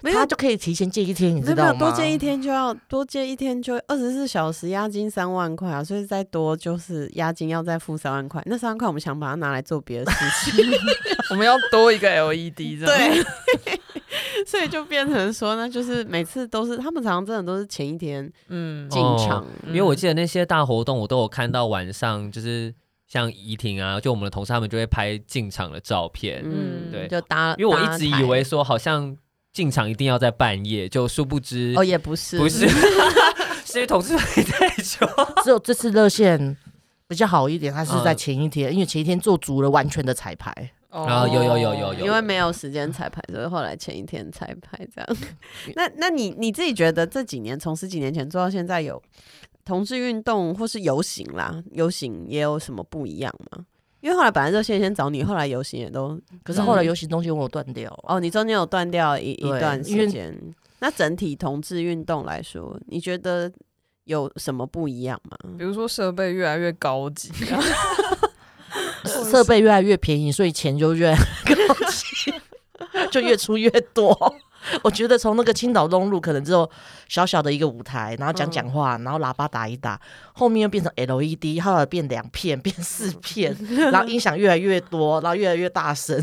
[SPEAKER 2] 没有
[SPEAKER 4] 他就可以提前借一天，你
[SPEAKER 2] 没
[SPEAKER 4] 知
[SPEAKER 2] 有没有
[SPEAKER 4] 道吗？
[SPEAKER 2] 多借一天就要多借一天就二十四小时押金三万块啊，所以再多就是押金要再付三万块。那三万块我们想把它拿来做别的事情，
[SPEAKER 1] <laughs>
[SPEAKER 3] 我们要多一个 LED 这样。
[SPEAKER 2] 对， <laughs> 所以就变成说呢，就是每次都是他们常常真的都是前一天
[SPEAKER 3] 嗯
[SPEAKER 2] 进场，
[SPEAKER 1] 哦因为我记得那些大活动，我都有看到晚上就是像怡婷啊，就我们的同事他们就会拍进场的照片，
[SPEAKER 2] 嗯，
[SPEAKER 1] 对
[SPEAKER 2] 就搭，
[SPEAKER 1] 因为我
[SPEAKER 2] 搭
[SPEAKER 1] 一直
[SPEAKER 2] 台
[SPEAKER 1] 以为说好像进场一定要在半夜，就殊不知、
[SPEAKER 2] 哦也不是
[SPEAKER 1] 不是， <laughs> 是因为同事还
[SPEAKER 2] <laughs>
[SPEAKER 1] 太久。
[SPEAKER 4] 只有这次热线比较好一点，它是在
[SPEAKER 1] 嗯
[SPEAKER 4] 前一天，因为前一天做足了完全的彩排。
[SPEAKER 3] 哦
[SPEAKER 1] 啊有有有有有
[SPEAKER 2] 因为没有时间彩排，所以后来前一天彩排这 <laughs> 样。那那你你自己觉得这几年从十几年前做到现在有同志运动或是游行啦，游行也有什么不一样吗？因为后来本来热线先找你，后来游行也都
[SPEAKER 4] 可是
[SPEAKER 2] 嗯
[SPEAKER 4] 后来游行中间我有断掉，
[SPEAKER 2] 哦，你中间有断掉一一
[SPEAKER 4] 对
[SPEAKER 2] 段
[SPEAKER 4] 因为
[SPEAKER 2] 时间。那整体同志运动来说，你觉得有什么不一样吗？
[SPEAKER 3] 比如说设备越来越高级
[SPEAKER 4] <laughs>
[SPEAKER 3] 啊，
[SPEAKER 4] 设备越来越便宜，所以钱就越高级， <laughs> 就越出越多。我觉得从那个青岛东路可能只有小小的一个舞台，然后讲讲话，然后喇叭打一打，后面又变成 LED，后来变两片，变四片，然后音响越来越多，然后越来越大声。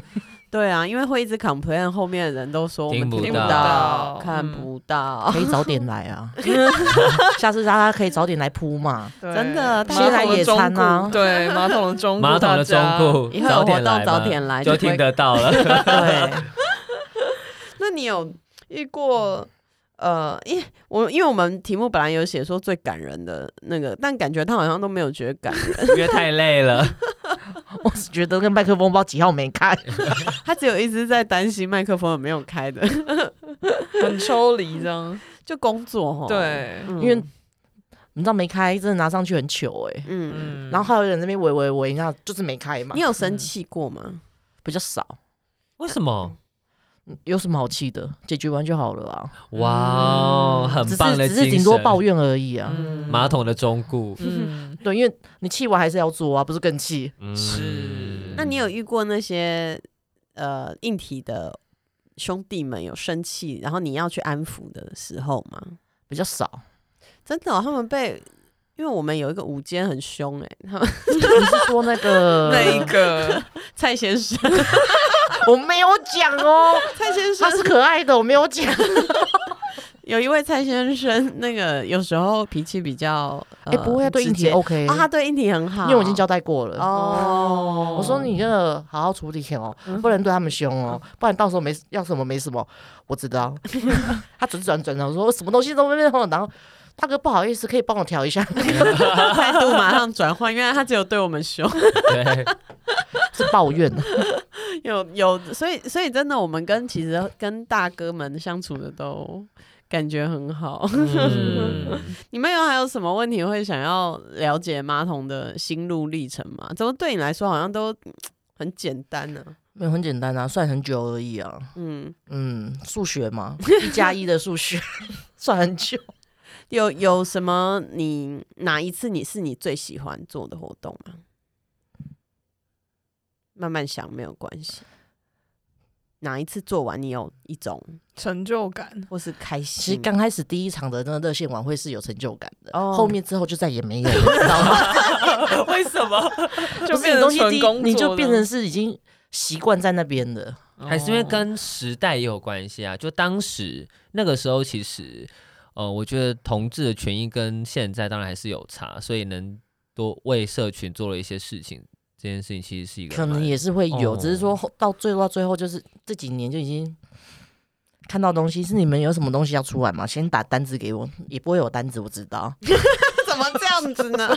[SPEAKER 2] 对啊，因为会一直 complain，后面的人都说我
[SPEAKER 1] 听
[SPEAKER 2] 们
[SPEAKER 1] 不
[SPEAKER 2] 听
[SPEAKER 1] 到
[SPEAKER 2] 到、看
[SPEAKER 3] 嗯
[SPEAKER 2] 不到，
[SPEAKER 4] 可以早点来啊， <laughs> 下次大家可以早点来铺嘛。
[SPEAKER 3] 对
[SPEAKER 2] 真的
[SPEAKER 3] 马
[SPEAKER 2] 先来
[SPEAKER 3] 桶的
[SPEAKER 4] 野
[SPEAKER 3] 中
[SPEAKER 4] 餐啊
[SPEAKER 3] 顾对，马桶的中
[SPEAKER 1] <laughs>
[SPEAKER 3] 顾，
[SPEAKER 1] 马桶的中
[SPEAKER 3] 大家，
[SPEAKER 1] 顾，
[SPEAKER 2] 以后有
[SPEAKER 1] 早点
[SPEAKER 2] 活动
[SPEAKER 1] 来
[SPEAKER 2] 早
[SPEAKER 1] 嘛
[SPEAKER 2] 点来
[SPEAKER 1] 就
[SPEAKER 2] 就不
[SPEAKER 1] 听
[SPEAKER 2] 会
[SPEAKER 1] 得到
[SPEAKER 2] <laughs>
[SPEAKER 1] 了。
[SPEAKER 4] 对，
[SPEAKER 2] 那你有遇过？呃，因为我因为我们题目本来有写说最感人的那个，但感觉他好像都没有觉得感 <laughs> 人，
[SPEAKER 1] 因为太累了，
[SPEAKER 4] 我只觉得那个麦克风不知道几号没开，
[SPEAKER 2] 他只有一直在担心麦克风有没有开 <laughs> 的，
[SPEAKER 3] 很抽离这样。
[SPEAKER 2] 就工作
[SPEAKER 1] 哦
[SPEAKER 2] 哈。，
[SPEAKER 3] 对，
[SPEAKER 2] 嗯
[SPEAKER 4] 因为你知道没开，真的拿上去很糗哎、
[SPEAKER 2] 嗯，
[SPEAKER 3] 嗯，
[SPEAKER 4] 然后还有人在那边围围围，那就是没开嘛
[SPEAKER 2] 你，有生气过吗？
[SPEAKER 4] 比较少，
[SPEAKER 1] 为什么？
[SPEAKER 4] 有什么好气的？解决完就好了啊，
[SPEAKER 2] 嗯
[SPEAKER 1] 哇哦，
[SPEAKER 4] 只
[SPEAKER 1] 很棒
[SPEAKER 4] 是
[SPEAKER 1] 的
[SPEAKER 4] 只
[SPEAKER 1] 精
[SPEAKER 4] 是
[SPEAKER 1] 神。
[SPEAKER 4] 顶多抱怨而已啊。
[SPEAKER 3] 嗯
[SPEAKER 1] <laughs> 马，桶的中顾，
[SPEAKER 3] 嗯，
[SPEAKER 4] 对，因为你气完还是要做啊，不是更气？
[SPEAKER 1] 嗯
[SPEAKER 3] 是
[SPEAKER 2] 那你有遇过那些呃硬体的兄弟们有生气，然后你要去安抚的时候吗？
[SPEAKER 4] 比较少。
[SPEAKER 2] 真的哦、他们被。因为我们有一个午间很凶哎、他们
[SPEAKER 4] 你是说那
[SPEAKER 3] 那一
[SPEAKER 4] 个？
[SPEAKER 3] 个
[SPEAKER 2] 蔡先生，
[SPEAKER 4] 我没有讲哦，
[SPEAKER 2] <laughs> 蔡先生
[SPEAKER 4] 他是可爱的，我没有讲。
[SPEAKER 2] 有一位蔡先生，那个有时候脾气比较，呃
[SPEAKER 4] 哎，不会啊，对
[SPEAKER 2] 直
[SPEAKER 4] 应
[SPEAKER 2] 接
[SPEAKER 4] 节 OK
[SPEAKER 2] 啊，他对硬体很好，
[SPEAKER 4] 因为我已经交代过了。
[SPEAKER 2] 哦，
[SPEAKER 4] 我说你这个好好处理哦，不能对他们凶哦，不然到时候没要什么没什么。我知道， <laughs> 他转转转转，我说我什么东西都没有，然后大哥不好意思，可以帮我调一下， <laughs>
[SPEAKER 2] 态度马上转换，原来他只有对我们凶， <laughs>
[SPEAKER 1] 对，
[SPEAKER 4] 是抱怨。
[SPEAKER 2] 有有，所以所以真的，我们跟其实跟大哥们相处的都感觉很好。 <laughs>
[SPEAKER 1] 嗯
[SPEAKER 2] 你们有还有什么问题会想要了解马桶的心路历程吗？怎么对你来说好像都嗯很简单呢、
[SPEAKER 4] 没有很简单啊，算很久而已啊。
[SPEAKER 2] 嗯，
[SPEAKER 4] 嗯，数学 <laughs> 嘛，一加一的数学 <laughs> 算很久。
[SPEAKER 2] 有有什么你哪一次你是你最喜欢做的活动吗？慢慢想没有关系。哪一次做完你有一种
[SPEAKER 3] 成就
[SPEAKER 4] <laughs>
[SPEAKER 3] 感，
[SPEAKER 2] 或是开心？
[SPEAKER 4] 其实刚开始第一场的那个热线晚会是有成就感的，
[SPEAKER 2] 哦
[SPEAKER 4] 后面之后就再也没有了，你知道 <laughs> 吗？
[SPEAKER 3] 为什么就
[SPEAKER 4] 不
[SPEAKER 3] <laughs>
[SPEAKER 4] 是
[SPEAKER 3] 变
[SPEAKER 4] 你
[SPEAKER 3] 成
[SPEAKER 4] 东西
[SPEAKER 3] 纯
[SPEAKER 4] 第一
[SPEAKER 3] 工作，
[SPEAKER 4] 你就变成是已经习惯在那边的，
[SPEAKER 1] 还是因为跟时代也有关系啊。就当时那个时候，其实呃，我觉得同志的权益跟现在当然还是有差，所以能多为社群做了一些事情，这件事情其实是一个
[SPEAKER 4] 可能
[SPEAKER 1] 蛮
[SPEAKER 4] 也是会有，
[SPEAKER 1] 哦
[SPEAKER 4] 只是说后到最后到最后，就是这几年就已经看到东西，是你们有什么东西要出来吗？先打单子给我，也不会有单子，我知道，
[SPEAKER 2] <laughs>
[SPEAKER 4] <laughs>
[SPEAKER 2] 怎么这样子呢？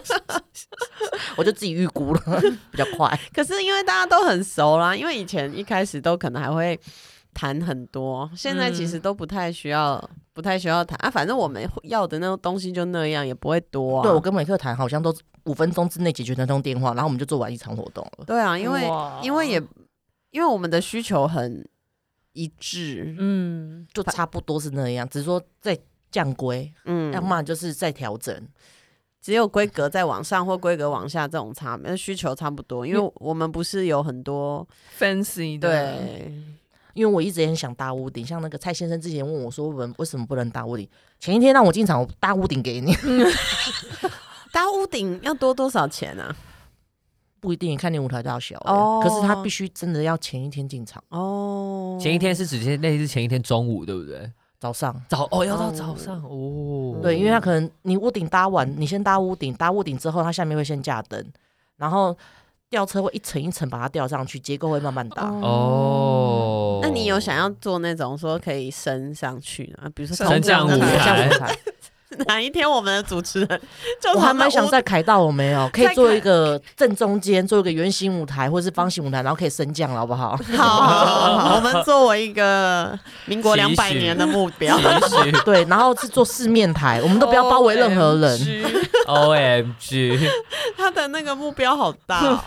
[SPEAKER 2] <laughs>
[SPEAKER 4] 我就自己预估了， <laughs> 比较快。
[SPEAKER 2] 可是因为大家都很熟啦，因为以前一开始都可能还会谈很多，现在
[SPEAKER 4] 嗯
[SPEAKER 2] 其实都不太需要，不太需要谈啊。反正我们要的那种东西就那样，也不会多啊。
[SPEAKER 4] 对我跟美克谈，好像都五分钟之内解决那通电话，然后我们就做完一场活动了。
[SPEAKER 2] 对啊，因为
[SPEAKER 3] 哇
[SPEAKER 2] 因为也因为我们的需求很一致，
[SPEAKER 3] 嗯，
[SPEAKER 4] 就差不多是那样，只是说在降规，
[SPEAKER 2] 嗯，
[SPEAKER 4] 要么就是在调整。
[SPEAKER 2] 只有规格在往上或规格往下这种差，那需求差不多，因为我们不是有很多
[SPEAKER 3] fancy 的，
[SPEAKER 2] 对，
[SPEAKER 4] 因为我一直很想搭屋顶，像那个蔡先生之前问我说，我们为什么不能搭屋顶？前一天让我进场，我搭屋顶给你，
[SPEAKER 2] 搭屋顶要多多少钱啊？
[SPEAKER 4] 不一定看你舞台大小、
[SPEAKER 2] 哦
[SPEAKER 4] 可是他必须真的要前一天进场，
[SPEAKER 2] 哦，
[SPEAKER 1] 前一天是指前类似前一天中午，对不对？
[SPEAKER 4] 早上。
[SPEAKER 1] 早哦，要到
[SPEAKER 2] 哦
[SPEAKER 1] 早上
[SPEAKER 3] 嗯
[SPEAKER 1] 哦。
[SPEAKER 4] 对，因为他可能你屋顶搭完，你先搭屋顶，搭屋顶之后，它下面会先架灯，然后吊车会一层一层把它吊上去，结构会慢慢搭。
[SPEAKER 3] 哦
[SPEAKER 1] 哦，
[SPEAKER 2] 那你有想要做那种说可以升上去的啊？比如说
[SPEAKER 3] 升
[SPEAKER 2] 从
[SPEAKER 1] 升降舞台
[SPEAKER 4] 像舞
[SPEAKER 3] <laughs>
[SPEAKER 4] 台，
[SPEAKER 2] 哪一天我们的主持人就
[SPEAKER 4] 我
[SPEAKER 2] 他
[SPEAKER 4] 还
[SPEAKER 2] 们
[SPEAKER 4] 蛮想
[SPEAKER 2] 屋
[SPEAKER 4] 在凯道，有没有可以
[SPEAKER 2] 在
[SPEAKER 4] 做
[SPEAKER 2] 凯
[SPEAKER 4] 一个正中间，做一个圆形舞台或是方形舞台，然后可以升降了，好
[SPEAKER 3] <laughs>
[SPEAKER 4] 不好？
[SPEAKER 2] 好好好好，我们作为一个民国
[SPEAKER 1] 期许
[SPEAKER 2] 两百年的目标，
[SPEAKER 1] 其
[SPEAKER 2] <laughs>
[SPEAKER 1] 实
[SPEAKER 4] 对，然后是做四面台，我们都不要包围任何
[SPEAKER 3] 哦
[SPEAKER 4] 人。
[SPEAKER 3] OMG
[SPEAKER 1] <laughs> O M G， <laughs>
[SPEAKER 2] 他的那个目标好大、哦。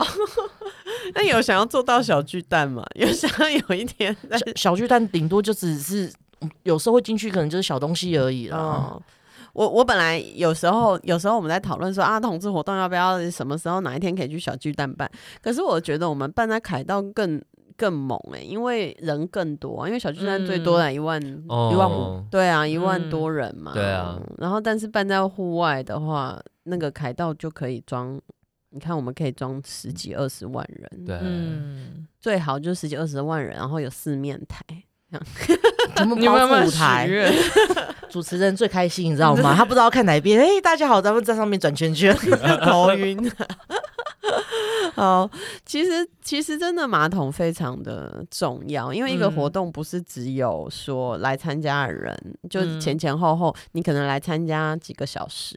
[SPEAKER 2] 那有想要做到小巨蛋吗？ <laughs> 有想要有一天
[SPEAKER 1] <laughs>
[SPEAKER 2] 在
[SPEAKER 4] 小小巨蛋顶多就只是嗯有时候会进去，可能就是小东西而已啦。
[SPEAKER 2] 哦，我我本来有时候有时候我们在讨论说啊，同志活动要不要什么时候哪一天可以去小巨蛋办？可是我觉得我们办在凯道更更猛哎、因为人更多，因为小巨蛋最多的一万、
[SPEAKER 1] 哦
[SPEAKER 4] 一万五
[SPEAKER 2] 对啊，一
[SPEAKER 3] 嗯
[SPEAKER 2] 万多人嘛。
[SPEAKER 1] 对啊，
[SPEAKER 2] 然后但是办在户外的话，那个凯道就可以装。你看，我们可以装十几二十万人，
[SPEAKER 1] 对，
[SPEAKER 3] <laughs> 嗯，
[SPEAKER 2] 最好就十几二十万人，然后有四面
[SPEAKER 3] <laughs>
[SPEAKER 2] 台，
[SPEAKER 4] 全部
[SPEAKER 3] 你有没有
[SPEAKER 4] 包
[SPEAKER 3] 办
[SPEAKER 4] 覆舞
[SPEAKER 3] 法
[SPEAKER 4] 台
[SPEAKER 3] 许，愿？
[SPEAKER 4] 主持人最开心，你知道
[SPEAKER 2] <laughs>
[SPEAKER 4] 吗？他不知道看哪一边，哎、大家好，咱们在上面转圈圈，
[SPEAKER 2] 头晕。好，其实其实真的马桶非常的重要，因为一个
[SPEAKER 3] 嗯
[SPEAKER 2] 活动不是只有说来参加的人，就
[SPEAKER 3] 嗯
[SPEAKER 2] 前前后后你可能来参加几个小时，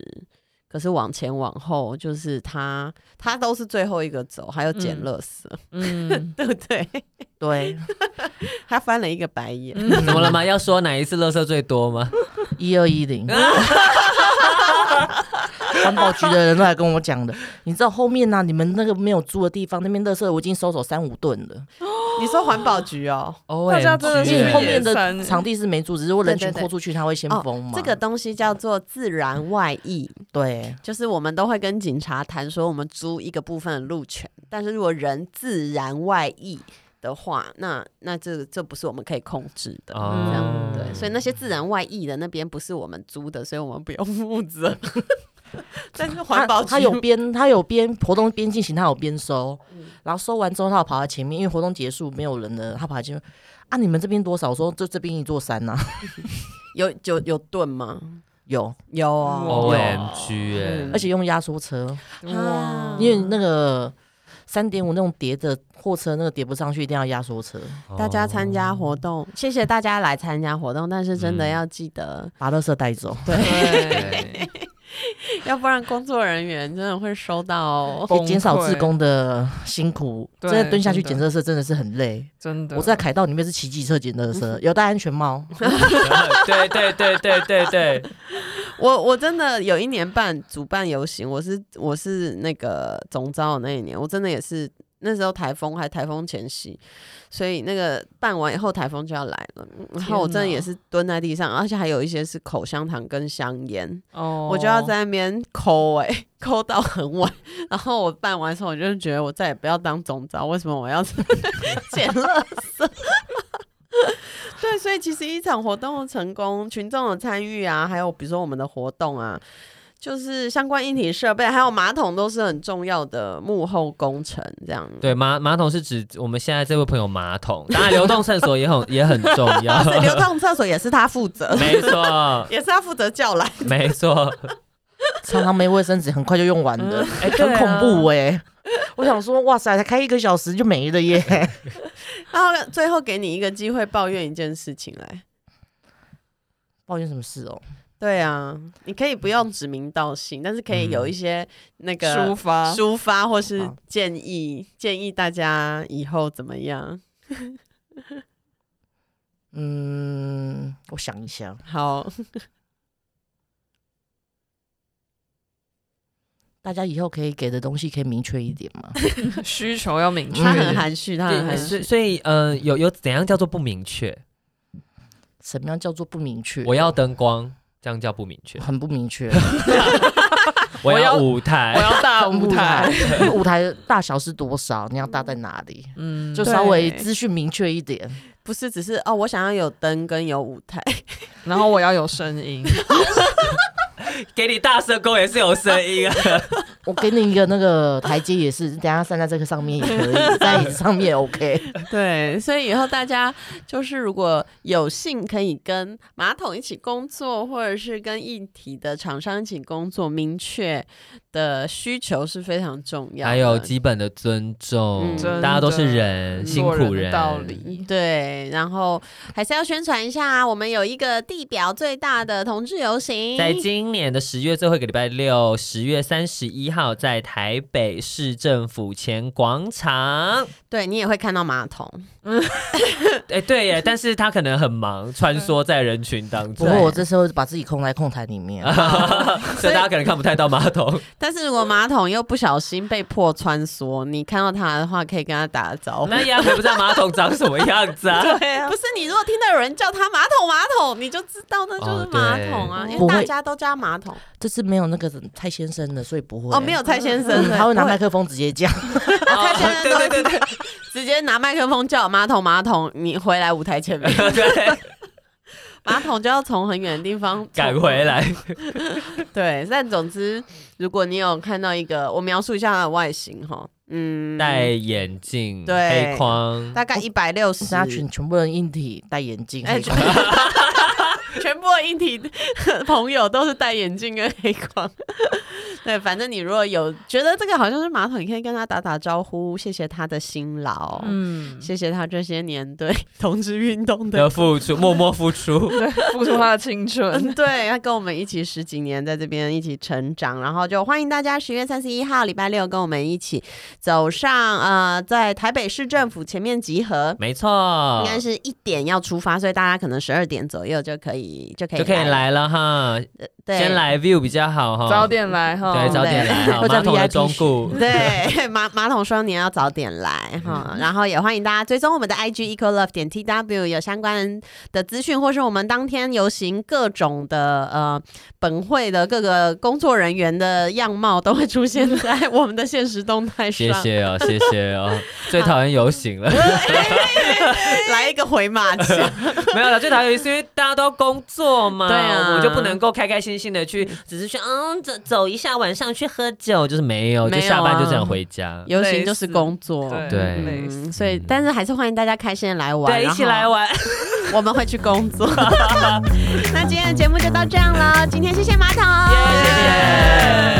[SPEAKER 2] 可是往前往后就是他他都是最后一个走，还有捡
[SPEAKER 3] 嗯
[SPEAKER 2] 垃圾，
[SPEAKER 3] <laughs>
[SPEAKER 2] <laughs>
[SPEAKER 3] <laughs> 嗯，
[SPEAKER 2] 对不对？
[SPEAKER 4] 对，
[SPEAKER 2] 他翻了一个白眼，
[SPEAKER 1] <laughs>
[SPEAKER 3] 嗯
[SPEAKER 1] 怎么了吗？要说哪一次垃圾最多吗？
[SPEAKER 4] 一二
[SPEAKER 2] <laughs>
[SPEAKER 4] 一零。环保局的人都来跟我讲的，你知道后面呢、啊你们那个没有住的地方，那边垃圾我已经收走三五吨了。
[SPEAKER 2] 你说环保局哦，
[SPEAKER 1] 哦，
[SPEAKER 3] 大家真的
[SPEAKER 4] 因
[SPEAKER 3] 是
[SPEAKER 4] 为
[SPEAKER 3] 野
[SPEAKER 4] 后面的
[SPEAKER 3] 餐
[SPEAKER 4] 场地是没住，只是我人群
[SPEAKER 2] 对对对
[SPEAKER 4] 扩出去，它会先
[SPEAKER 2] 哦
[SPEAKER 4] 封嘛。
[SPEAKER 2] 这个东西叫做自然外溢。
[SPEAKER 4] 对，
[SPEAKER 2] 就是我们都会跟警察谈说，我们租一个部分的路权，但是如果人自然外溢的话，那那这这不是我们可以控制的。
[SPEAKER 1] 哦
[SPEAKER 2] 这样对，所以那些自然外溢的那边不是我们租的，所以我们不用负责。但是环保
[SPEAKER 4] 他他有边他有边活动边进行，他有边收，
[SPEAKER 3] 嗯
[SPEAKER 4] 然后收完之后他有跑到前面，因为活动结束没有人了，他跑到前面啊，你们这边多少？我说这这边一座山呐、
[SPEAKER 2] 有有有盾吗？
[SPEAKER 4] 有，
[SPEAKER 3] 嗯
[SPEAKER 2] 有啊、
[SPEAKER 3] 哇
[SPEAKER 1] 哦 O M G，
[SPEAKER 2] 嗯
[SPEAKER 1] 哎
[SPEAKER 4] 而且用压缩车，
[SPEAKER 3] 哦哇，
[SPEAKER 4] 因为那个三点五那种叠的货车那个叠不上去，一定要压缩车，
[SPEAKER 2] 大家参加活动，谢谢大家来参加活动，但是真的要记得，
[SPEAKER 4] 把垃圾带走。
[SPEAKER 3] 对，
[SPEAKER 2] 要不然工作人员真的会收到、哦。
[SPEAKER 4] 也
[SPEAKER 3] 崩
[SPEAKER 4] 减少
[SPEAKER 3] 溃
[SPEAKER 4] 志工的辛苦，
[SPEAKER 3] 对
[SPEAKER 4] 真的蹲下去
[SPEAKER 3] 真
[SPEAKER 4] 捡
[SPEAKER 3] 的
[SPEAKER 4] 垃圾真的是很累。
[SPEAKER 3] 真的，
[SPEAKER 4] 我在凯道里面是骑机车捡垃
[SPEAKER 3] 嗯
[SPEAKER 4] 圾，有戴安全帽，
[SPEAKER 1] 对对对对对对，
[SPEAKER 2] 我我真的有一年半主办游行，我是我是那个总招的那一年，我真的也是那时候台风还台风前夕，所以那个办完以后台风就要来了，嗯然后我真的也是蹲在地上，而且还有一些是口香糖跟香烟，
[SPEAKER 3] <laughs> 哦，
[SPEAKER 2] 我就要在那边抠哎、抠到很晚，然后我办完之后我就觉得我再也不要当总招，为什么我要 <laughs> 捡垃圾？ <laughs> 对，所以其实一场活动的成功，群众的参与啊，还有比如说我们的活动啊，就是相关硬体设备，还有马桶都是很重要的幕后工程，这样。
[SPEAKER 1] 对，马马桶是指我们现在这位朋友马桶，当然流动厕所也很也很重要，，
[SPEAKER 2] 所以流动厕所也是他负责 <laughs>
[SPEAKER 1] 没错，
[SPEAKER 2] 也是他负责叫来。
[SPEAKER 1] 没错，
[SPEAKER 4] 常常没卫生纸，很快就用完了，
[SPEAKER 1] 哎、
[SPEAKER 4] <laughs> 很
[SPEAKER 1] 对
[SPEAKER 4] 恐
[SPEAKER 1] 啊
[SPEAKER 4] 怖哎、嗯我想说，哇塞，才开一个小时就没了耶！
[SPEAKER 2] 然后最后给你一个机会抱怨一件事情来。
[SPEAKER 4] <laughs> 抱怨什么事哦？
[SPEAKER 2] 对啊，你可以不用指名道姓，但是可以有一些那个
[SPEAKER 3] 抒发。
[SPEAKER 2] 抒发或是
[SPEAKER 4] 好
[SPEAKER 2] 建议，建议大家以后怎么样？
[SPEAKER 4] 嗯，我想一下，
[SPEAKER 2] 好，
[SPEAKER 4] 大家以后可以给的东西可以明确一点 <laughs> 吗？
[SPEAKER 3] 需求要明确
[SPEAKER 4] 嗯
[SPEAKER 2] 他
[SPEAKER 3] 一
[SPEAKER 2] 很
[SPEAKER 3] 点，
[SPEAKER 2] 含蓄，他很
[SPEAKER 1] 对
[SPEAKER 2] 含
[SPEAKER 1] 所以
[SPEAKER 2] 蓄。
[SPEAKER 1] 所以呃，有有怎样叫做不明确？
[SPEAKER 4] 什么样叫做不明确？
[SPEAKER 1] 我要灯光，这样叫不明确；
[SPEAKER 4] 很不
[SPEAKER 3] <laughs>
[SPEAKER 4] 明确，
[SPEAKER 1] 我
[SPEAKER 3] 要
[SPEAKER 1] 要舞台，
[SPEAKER 3] 我要大啊
[SPEAKER 4] 很
[SPEAKER 3] 舞
[SPEAKER 4] 不
[SPEAKER 3] 台。，
[SPEAKER 4] 因为 <laughs> 舞台的大小是多少？你要搭在哪里？
[SPEAKER 3] 嗯，
[SPEAKER 4] 就
[SPEAKER 2] 对
[SPEAKER 4] 稍微资讯明确一点。
[SPEAKER 2] 不是只是哦，我想要有灯跟有舞台， <laughs>
[SPEAKER 3] 然后我要有声音，
[SPEAKER 1] 给你大声公也是有声音啊。
[SPEAKER 4] 我给你一个那个台阶也是，等一下站在这个上面也 <laughs> 可以，在椅子上面也 OK。
[SPEAKER 2] 对，所以以后大家就是如果有幸可以跟马桶一起工作，或者是跟一体的厂商一起工作，明确的需求是非常重要的。
[SPEAKER 1] 还有基本的尊重
[SPEAKER 2] 嗯，
[SPEAKER 3] 真
[SPEAKER 1] 大家都是
[SPEAKER 3] 的
[SPEAKER 1] 人，辛
[SPEAKER 3] 做
[SPEAKER 1] 苦
[SPEAKER 3] 人的道
[SPEAKER 1] <laughs>
[SPEAKER 3] 理。
[SPEAKER 2] 对，然后还是要宣传一下啊，我们有一个地表最大的同志游行，
[SPEAKER 1] 在今年的十月最后一个礼拜六，十月三十一号，在台北市政府前广场。
[SPEAKER 2] 对你也会看到马桶，
[SPEAKER 1] 哎、对耶，但是他可能很忙，穿梭在人群当
[SPEAKER 4] 不
[SPEAKER 1] 中，
[SPEAKER 4] 过我这时候把自己空在空台里面，
[SPEAKER 1] 所以大家可能看不太到马桶。
[SPEAKER 2] 但是如果马桶又不小心被迫穿梭，你看到它的话，可以跟它打招呼。
[SPEAKER 1] 那样也不知道马桶长什么样子啊。
[SPEAKER 2] 不哦是你，如果听到有人叫它马桶马桶，你就知道那就是
[SPEAKER 1] 哦对
[SPEAKER 2] 马桶啊，因为
[SPEAKER 4] 不会
[SPEAKER 2] 大家都叫它马桶。
[SPEAKER 4] 这次没有那个蔡先生的，所以不会。
[SPEAKER 2] 哦，没有蔡先生，
[SPEAKER 4] 嗯，
[SPEAKER 2] 对
[SPEAKER 4] 他会拿
[SPEAKER 2] 不
[SPEAKER 4] 麦克风直接讲。
[SPEAKER 2] 蔡先生都会
[SPEAKER 1] 哦对对对对
[SPEAKER 2] <laughs> 直接拿麦克风叫马桶马桶，你回来舞台前面，
[SPEAKER 1] <laughs> 对，
[SPEAKER 2] 马桶就要从很远的地方
[SPEAKER 1] 赶回。来。
[SPEAKER 2] 对，但总之，如果你有看到一个，我描述一下它的外形哈，嗯，
[SPEAKER 1] 戴眼镜，
[SPEAKER 2] 对
[SPEAKER 1] 黑框，
[SPEAKER 2] 大概一百六十，
[SPEAKER 4] 大家全全部人硬体戴眼镜，
[SPEAKER 2] 哎，
[SPEAKER 4] 黑
[SPEAKER 2] 全 <laughs> 全部的硬体朋友都是戴眼镜跟黑框。对，反正你如果有觉得这个好像是马桶，你可以跟他打打招呼，谢谢他的辛劳，
[SPEAKER 3] 嗯，
[SPEAKER 2] 谢谢他这些年对同志运动的
[SPEAKER 1] 的付出，默默付出。
[SPEAKER 3] 付出他的青春
[SPEAKER 2] 嗯，。对，他跟我们一起十几年，在这边一起成长，然后就欢迎大家十月三十一号礼拜六跟我们一起走上呃，在台北市政府前面集合。
[SPEAKER 1] 没错
[SPEAKER 2] 应，该是一点要出发，所以大家可能十二点左右就可以就可以
[SPEAKER 1] 就可以
[SPEAKER 2] 了，
[SPEAKER 1] 来了哈，
[SPEAKER 2] 对，
[SPEAKER 1] 先来 view 比较好哈，
[SPEAKER 3] 早点来哈，
[SPEAKER 1] 对，早点来哈，
[SPEAKER 4] 或者
[SPEAKER 1] 马桶的
[SPEAKER 4] VIP
[SPEAKER 1] 中 <laughs> 顾。
[SPEAKER 2] 对，马马桶说你要早点
[SPEAKER 1] 嗯
[SPEAKER 2] 来哈，然后也欢迎大家追踪我们的 IG equal love 点 tw 有相关的资讯，或是我们当天游行各种的呃本会的各个工作人员的样貌都会出现在我们的现实动态
[SPEAKER 1] 谢
[SPEAKER 2] 上。
[SPEAKER 1] 谢哦，谢谢哦， <laughs> 最讨厌游行了，
[SPEAKER 2] <laughs> 来一个回马枪，
[SPEAKER 1] <laughs> 没有了。最讨厌游行是因为大家都要工作嘛，
[SPEAKER 2] 对啊
[SPEAKER 1] 我就不能够开开心心的去，只是去嗯走走一下，晚上去喝酒，就是没有，
[SPEAKER 2] 没
[SPEAKER 1] 就
[SPEAKER 2] 有
[SPEAKER 1] 下班就这
[SPEAKER 2] 啊
[SPEAKER 1] 样回家。
[SPEAKER 2] 游行就是工作。
[SPEAKER 3] 对
[SPEAKER 1] 对
[SPEAKER 3] 累死
[SPEAKER 2] 嗯，所以但是还是欢迎大家开心地来玩，
[SPEAKER 1] 对，一起来，玩，
[SPEAKER 2] 我们会去工 <laughs> 作。那今天的节目就到这样了，今天谢谢马桶，
[SPEAKER 1] 谢谢。 <laughs>